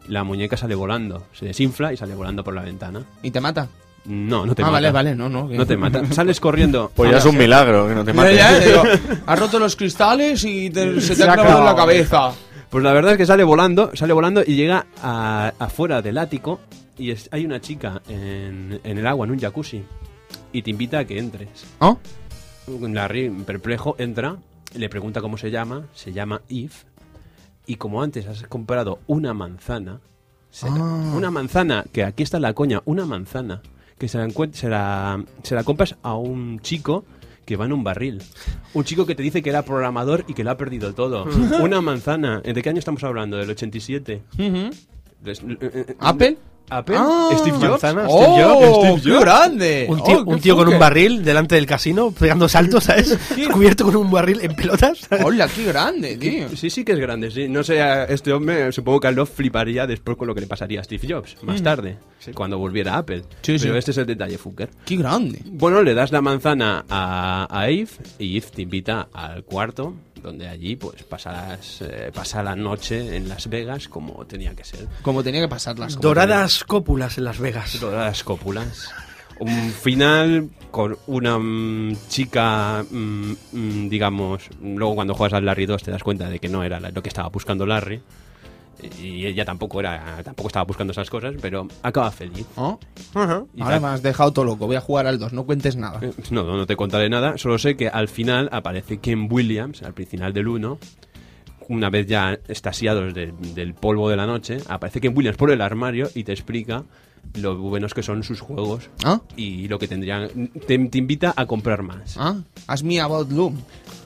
la muñeca sale volando, se desinfla y sale volando por la ventana. ¿Y te mata? No, no te ah, mata. vale, vale, no, no. que- No te mata. Sales <laughs> corriendo. Ah, Pues ya es un milagro que no te Ya, maten. ya, digo, has roto los cristales y te- se te Se ha ha clavado en la clavado. cabeza. Pues la verdad es que sale volando, sale volando y llega a- afuera del ático y es- hay una chica en, en el agua, en un jacuzzi, y te invita a que entres. ¿Oh? Larry, perplejo, entra, le pregunta cómo se llama, se llama Eve, y como antes has comprado una manzana, se- Ah. una manzana, que aquí está la coña, una manzana, que se la, encuen- se la- se la compras a un chico que va en un barril. Un chico que te dice que era programador y que lo ha perdido <laughs> todo. una manzana. ¿De qué año estamos hablando? ¿Del 87? Ujú. Des- eh, eh, ¿Apple? ¿Apple? Ah. ¿Steve Jobs? Manzana, ¡Oh! Steve Jobs, Steve ¡Qué grande! Un tío, Oh, qué un tío con un fucker. barril delante del casino, pegando saltos, <laughs> ¿sabes? Cubierto con un barril en pelotas. ¿sabes? ¡Hola, qué grande, tío! Sí, sí que es grande, sí. No sé, a este hombre supongo que a lo fliparía después con lo que le pasaría a Steve Jobs más tarde, cuando volviera a Apple. Mm. Sí, sí. Pero este es el detalle, Fucker. ¡Qué grande! Bueno, le das la manzana a, a Eve y Eve te invita al cuarto, donde allí pues pasarás, eh, pasa la noche en Las Vegas como tenía que ser. Como tenía que pasarlas. como <laughs> Doradas cópulas en Las Vegas. Todas cópulas. Un final con una mm, chica, mm, mm, digamos, luego cuando juegas al Larry 2 te das cuenta de que no era la- lo que estaba buscando Larry. Y ella tampoco era tampoco estaba buscando esas cosas, pero acaba feliz. tenía. ¿Oh? Y Ahora tal. me has dejado todo loco. Voy a jugar al 2, no cuentes nada. Eh, No, no te contaré nada, solo sé que al final aparece Ken Williams, al final del 1, una vez ya estasiados de- del polvo de la noche, aparece Ken Williams por el armario y te explica lo buenos que son sus juegos ¿Ah? y lo que tendrían. Te, te invita a comprar más. ¿Ah? Ask me about Loom.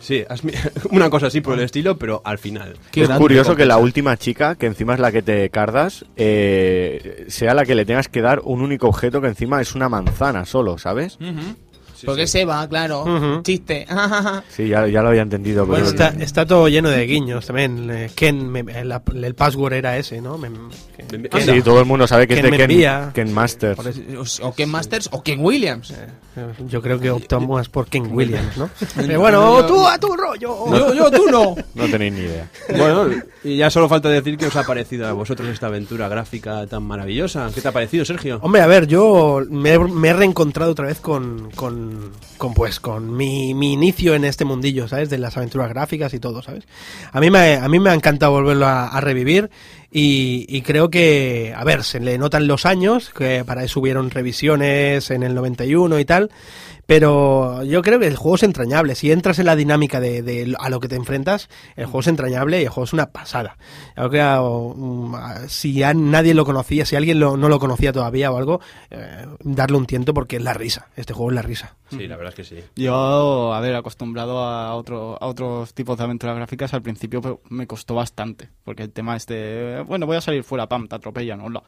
Sí, hazme- <laughs> una cosa así por el estilo, pero al final. Ah. Qué es grande, curioso que compensa. la última chica, que encima es la que te cardas, eh, sea la que le tengas que dar un único objeto que encima es una manzana solo, ¿sabes? Mm. Porque se va, claro. Chiste. <laughs> Sí, ya, ya lo había entendido. Bueno, Pero está, está todo lleno de guiños también. eh, Ken, me- el, el password era ese, ¿no? Me- que- Me- que- Sí, todo el mundo sabe que Ken es me de Ken, envía. Ken Masters. Por eso- o Ken Masters o Ken Williams. eh, Yo creo que optamos por <laughs> Ken Williams, ¿no? Pero bueno, tú a tu rollo. Yo, yo, tú no. No tenéis ni idea. Bueno, y ya solo falta decir que os ha parecido a vosotros esta aventura gráfica tan maravillosa. ¿Qué te ha parecido, Oh. Sergio? Hombre, a ver, yo me he, me he reencontrado otra vez con, con, con, pues, con mi, mi inicio en este mundillo, ¿sabes? De las aventuras gráficas y todo, ¿sabes? A mí me, a mí me ha encantado volverlo a, a revivir y, y creo que, a ver, se le notan los años, que para eso hubieron revisiones en el 91 y tal, pero yo creo que el juego es entrañable. Si entras en la dinámica de, de a lo que te enfrentas, el juego es entrañable y el juego es una pasada. Yo creo, mm, si a nadie lo conocía, si alguien lo- no lo conocía todavía o algo, eh, darle un tiento porque es la risa. Este juego es la risa. Sí, la verdad es que sí. Yo, a ver, acostumbrado a, otro, a otros tipos de aventuras gráficas, al principio pues, me costó bastante, porque el tema este, eh, bueno, voy a salir fuera, pam, te atropellan, hola,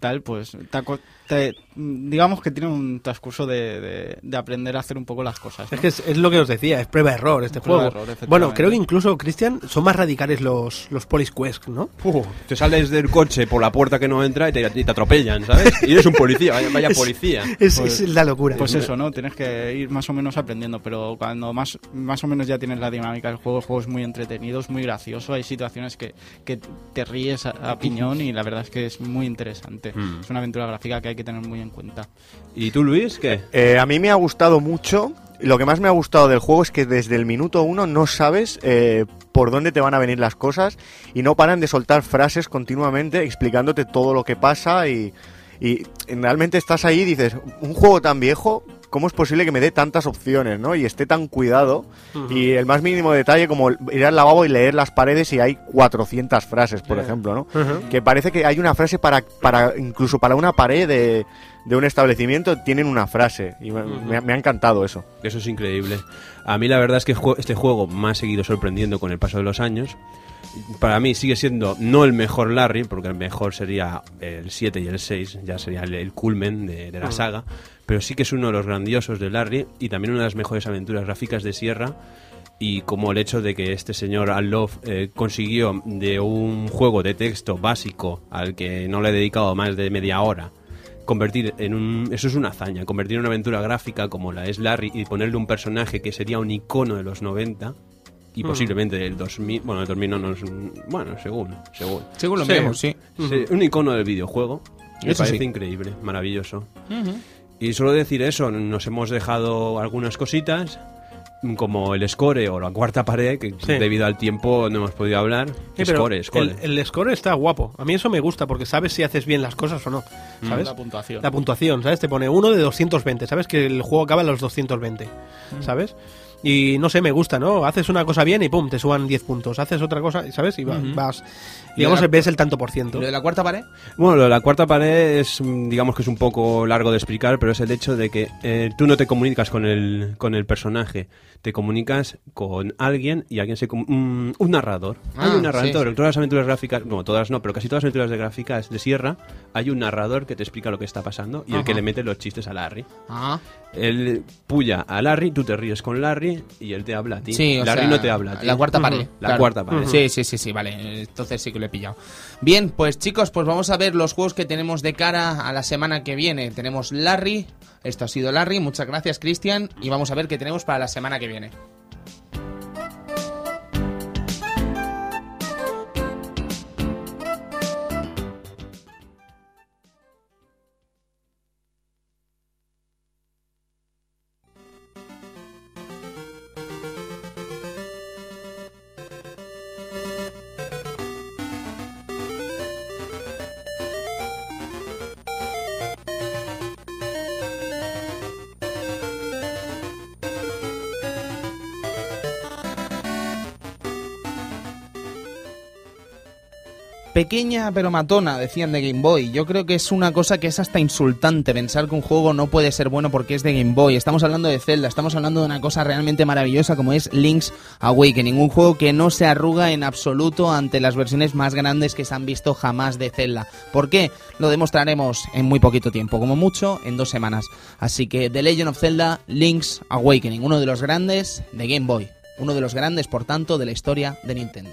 tal, pues, te aco- te- digamos que tiene un transcurso de, de- de aprender a hacer un poco las cosas. ¿no? Es que es, es lo que os decía, es prueba-error este Prueba juego. error, efectivamente. bueno, creo que incluso, Cristian, son más radicales los, los Police Quest, ¿no? Uh, te sales del coche por la puerta que no entra y te, y te atropellan, ¿sabes? Y eres un policía, vaya, <laughs> vaya policía. <laughs> Es, Pues- es la locura. Pues eso, ¿no? Tienes que ir más o menos aprendiendo, pero cuando más, más o menos ya tienes la dinámica del juego, el juego es muy entretenido, es muy gracioso, hay situaciones que, que te ríes a, a piñón y la verdad es que es muy interesante. Mm. Es una aventura gráfica que hay que tener muy en cuenta. ¿Y tú, Luis, qué? Eh, a mí me ha gustado mucho. Lo que más me ha gustado del juego es que desde el minuto uno no sabes eh, por dónde te van a venir las cosas y no paran de soltar frases continuamente explicándote todo lo que pasa y, y realmente estás ahí y dices, un juego tan viejo, ¿cómo es posible que me dé tantas opciones ¿no? y esté tan cuidado? Y el más mínimo detalle como ir al lavabo y leer las paredes y hay 400 frases, por ejemplo, ¿no? que parece que hay una frase para, para incluso para una pared de, de un establecimiento tienen una frase y me, me ha- me ha encantado eso Eso es increíble. A mí la verdad es que jue- este juego me ha seguido sorprendiendo con el paso de los años. Para mí sigue siendo no el mejor Larry, porque el mejor sería el 7 y el 6, ya sería el, el culmen de, de la saga, pero sí que es uno de los grandiosos de Larry y también una de las mejores aventuras gráficas de Sierra. Y como el hecho de que este señor Al Love eh, consiguió de un juego de texto básico al que no le he dedicado más de media hora, convertir en un eso es una hazaña convertir una aventura gráfica como la es Larry y ponerle un personaje que sería un icono de los 90 Mm. y posiblemente del 2000 bueno el 2000 no, no es un- bueno según según Según lo Sí. miremos, sí. Sí, un icono del videojuego me Eso parece sí. increíble maravilloso y solo decir eso nos hemos dejado algunas cositas como el score o la cuarta pared que Sí. debido al tiempo no hemos podido hablar Sí, pero score score El, el score está guapo. A mí eso me gusta porque sabes si haces bien las cosas o no. ¿Sabes? Mm. La puntuación. La puntuación, ¿sabes? Te pone uno de 220, ¿sabes? Que el juego acaba en los 220, ¿sabes? Y no sé, me gusta, ¿no? Haces una cosa bien y pum, te suban 10 puntos. Haces otra cosa, ¿sabes? Y va- vas. Digamos, la- ves el tanto por ciento. ¿Lo de la cuarta pared? Bueno, lo de la cuarta pared es, mm, digamos que es un poco largo de explicar, pero es el hecho de que eh, tú no te comunicas con el, con el personaje, te comunicas con alguien y alguien se... com- mm, un narrador. Ah, hay un narrador. sí, sí. En todas las aventuras gráficas, bueno, todas no, pero casi todas las aventuras de gráficas de Sierra, hay un narrador que te explica lo que está pasando y el Ajá. que le mete los chistes a Larry. Ah, Él puya a Larry, tú te ríes con Larry y él te habla a ti. sí, o Larry sea, no te habla a ti. La cuarta pared. La claro. cuarta pared. Sí, sí, sí, sí, vale. Entonces sí que lo he pillado. Bien, pues chicos, pues vamos a ver los juegos que tenemos de cara a la semana que viene. Tenemos Larry. Esto ha sido Larry. Muchas gracias, Cristian. Y vamos a ver qué tenemos para la semana que viene. Pequeña pero matona, decían de Game Boy. Yo creo que es una cosa que es hasta insultante pensar que un juego no puede ser bueno porque es de Game Boy. Estamos hablando de Zelda, estamos hablando de una cosa realmente maravillosa como es Link's Awakening, un juego que no se arruga en absoluto ante las versiones más grandes que se han visto jamás de Zelda. ¿Por qué? Lo demostraremos en muy poquito tiempo, como mucho en dos semanas. Así que The Legend of Zelda, Link's Awakening, uno de los grandes de Game Boy, uno de los grandes, por tanto, de la historia de Nintendo.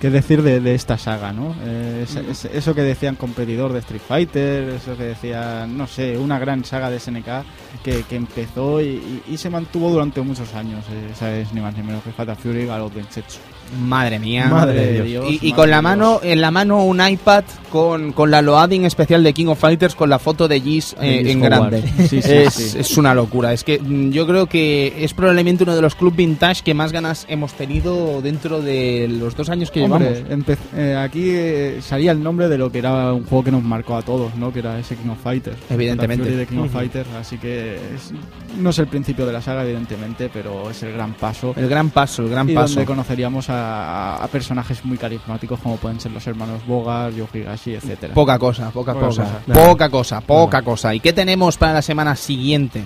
que decir de, de esta saga, ¿no? Eh, es- es- eso que decían competidor de Street Fighter, eso que decían, no sé, una gran saga de SNK que, que empezó y, y- y se mantuvo durante muchos años. eh, Esa es ni más ni menos que Fatal Fury Galo Densetsu. Madre mía. Madre de Y- Dios, y madre con la de mano, Dios. en la mano un iPad con, con la loading especial de King of Fighters con la foto de Giz De eh, Giz en Howard. grande. Sí, sí, es, sí. es una locura. Es que mm, yo creo que es probablemente uno de los club vintage que más ganas hemos tenido dentro de los dos años que Hombre, llevamos. empe- eh, aquí eh, salía el nombre de lo que era un juego que nos marcó a todos, ¿no? Que era ese King of Fighters. Evidentemente. Fatal Fury de King of Fighters, así que es- no es el principio de la saga, evidentemente, pero es el gran paso. El gran paso, el gran y paso. donde conoceríamos a, a personajes muy carismáticos como pueden ser los hermanos Bogart, Yo Higashi, etcétera. Poca cosa, poca, Poca cosa. cosa. Nada. Poca cosa, poca cosa. ¿Y qué tenemos para la semana siguiente?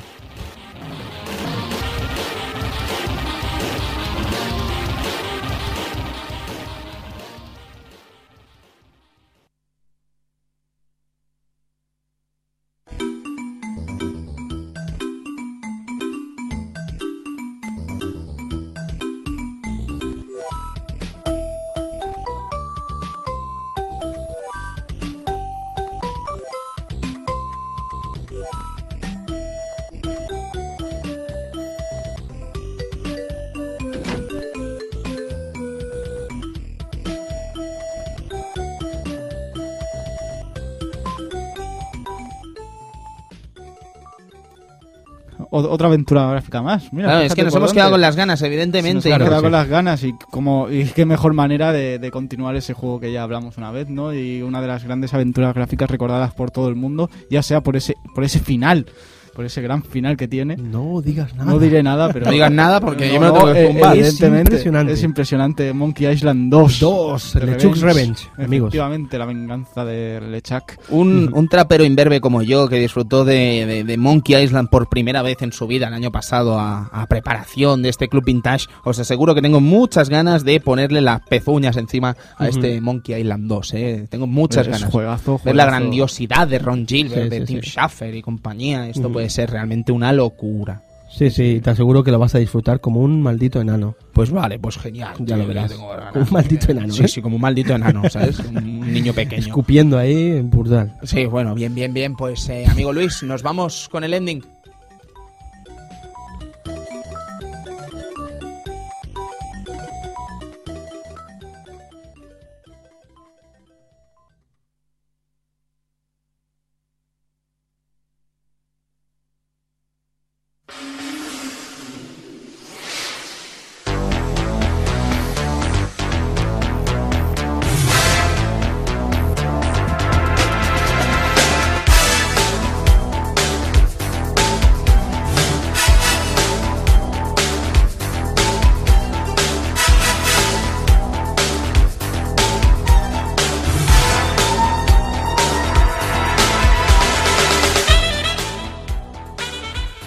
O- otra aventura gráfica más. Mira, Claro, es fíjate que nos por hemos dónde. quedado con las ganas, Se nos evidentemente. ha quedado Claro, con las ganas y como y qué mejor manera de, de continuar ese juego que ya hablamos una vez, ¿no? Y una de las grandes aventuras gráficas recordadas por todo el mundo, ya sea por ese por ese final, por ese gran final que tiene. No digas nada. No diré nada, pero No digas nada porque yo me lo tengo que eh, fumar. evidentemente, Es impresionante. Es impresionante Monkey Island 2. Dos, The LeChuck's Revenge, amigos. Efectivamente, la venganza de LeChuck. <laughs> Un, un trapero imberbe como yo que disfrutó de, de- de Monkey Island por primera vez en su vida el año pasado a, a preparación de este club vintage, os aseguro que tengo muchas ganas de ponerle las pezuñas encima a este Monkey Island 2. ¿eh? Tengo muchas Es ganas. juegazo, Ver la juegazo. grandiosidad de Ron Gilbert, Sí, de sí, Tim sí. Schafer y compañía. Esto Ujú. puede ser realmente una locura. Sí, sí, te aseguro que lo vas a disfrutar como un maldito enano. Pues vale, pues genial. Ya lo Yo verás. <laughs> tengo ganas. Como un maldito enano, Sí, ¿eh? sí, como un maldito enano, <laughs> ¿sabes? Un niño pequeño. Escupiendo ahí, brutal. Sí, bueno, bien, bien, bien. Pues eh, amigo Luis, nos vamos con el ending.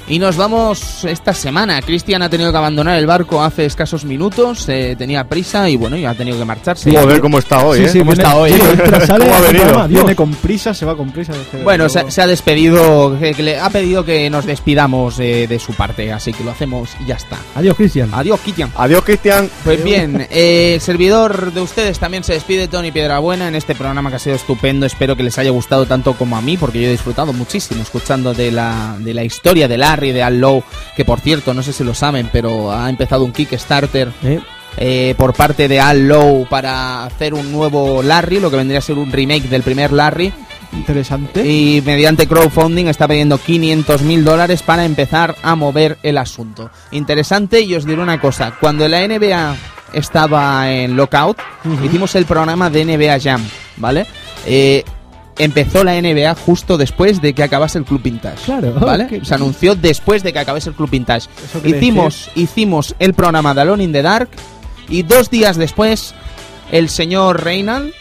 Y nos vamos esta semana. Cristian ha tenido que abandonar el barco hace escasos minutos, eh, tenía prisa y bueno, ya ha tenido que marcharse. Joder, cómo está hoy, ¿eh? ¿Cómo está hoy? <laughs> ¿Cómo ha venido? Viene con prisa, se va con prisa. este Bueno, se, se ha despedido, que- que le ha pedido que nos despidamos eh, de su parte, así que lo hacemos y ya está. Adiós, Cristian. Ah, Adiós, Kitian. Adiós, Cristian. Pues bien, eh, el servidor de ustedes también se despide, Tony Piedrabuena, en este programa que ha sido estupendo. Espero que les haya gustado tanto como a mí, porque yo he disfrutado muchísimo escuchando de la, de la historia de Larry, de Al Low, que por cierto, no sé si lo saben, pero ha empezado un Kickstarter Eh, eh, por parte de Al Low para hacer un nuevo Larry, lo que vendría a ser un remake del primer Larry. Interesante. Y mediante crowdfunding está pidiendo 500 mil dólares para empezar a mover el asunto. Interesante y os diré una cosa. Cuando la NBA estaba en lockout, hicimos el programa de NBA Jam, ¿vale? Eh, empezó la NBA justo después de que acabase el Club Vintage. Claro, ¿vale? ok. Se anunció después de que acabase el Club Vintage. Eso quiere Hicimos, hicimos el programa de Alone in the Dark y dos días después el señor Reynald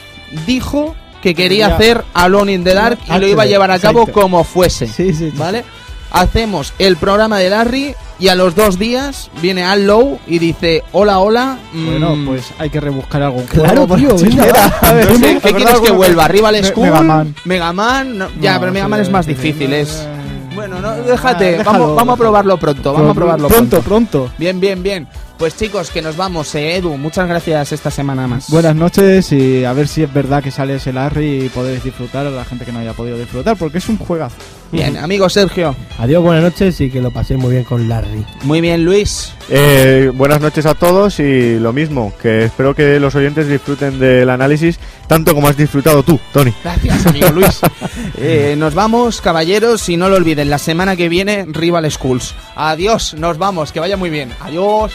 dijo que quería Ya. hacer Alone in the Dark y lo iba a llevar a cabo Exacto. como fuese. Sí, sí, sí. ¿Vale? Hacemos el programa de Larry y a los dos días viene Al Low y dice: Hola, hola. mm, Bueno, pues hay que rebuscar pues, algún Claro, juego. tío, venga, va. ¿qué- ¿Qué, quieres que vuelva? ¿Arriba el Me- School? Mega Man. Mega Man, no, ya, pero Mega Man es más difícil. Es... Ah, Ah, Bueno, no, déjate, vamos, vamos a probarlo pronto. Vamos a probarlo pronto. Pronto, pronto. Bien, bien, bien. Pues chicos, que nos vamos. eh, Edu, muchas gracias esta semana más. Buenas noches y a ver si es verdad que sale ese Larry y podéis disfrutar a la gente que no haya podido disfrutar, porque es un juegazo. Bien, amigo Sergio. Adiós, buenas noches y que lo paséis muy bien con Larry. Muy bien, Luis. Eh, buenas noches a todos y lo mismo, que espero que los oyentes disfruten del análisis tanto como has disfrutado tú, Tony. Gracias, amigo <laughs> Luis. Eh, nos vamos, caballeros, y no lo olviden, la semana que viene, Rival Schools. Adiós, nos vamos, que vaya muy bien. Adiós.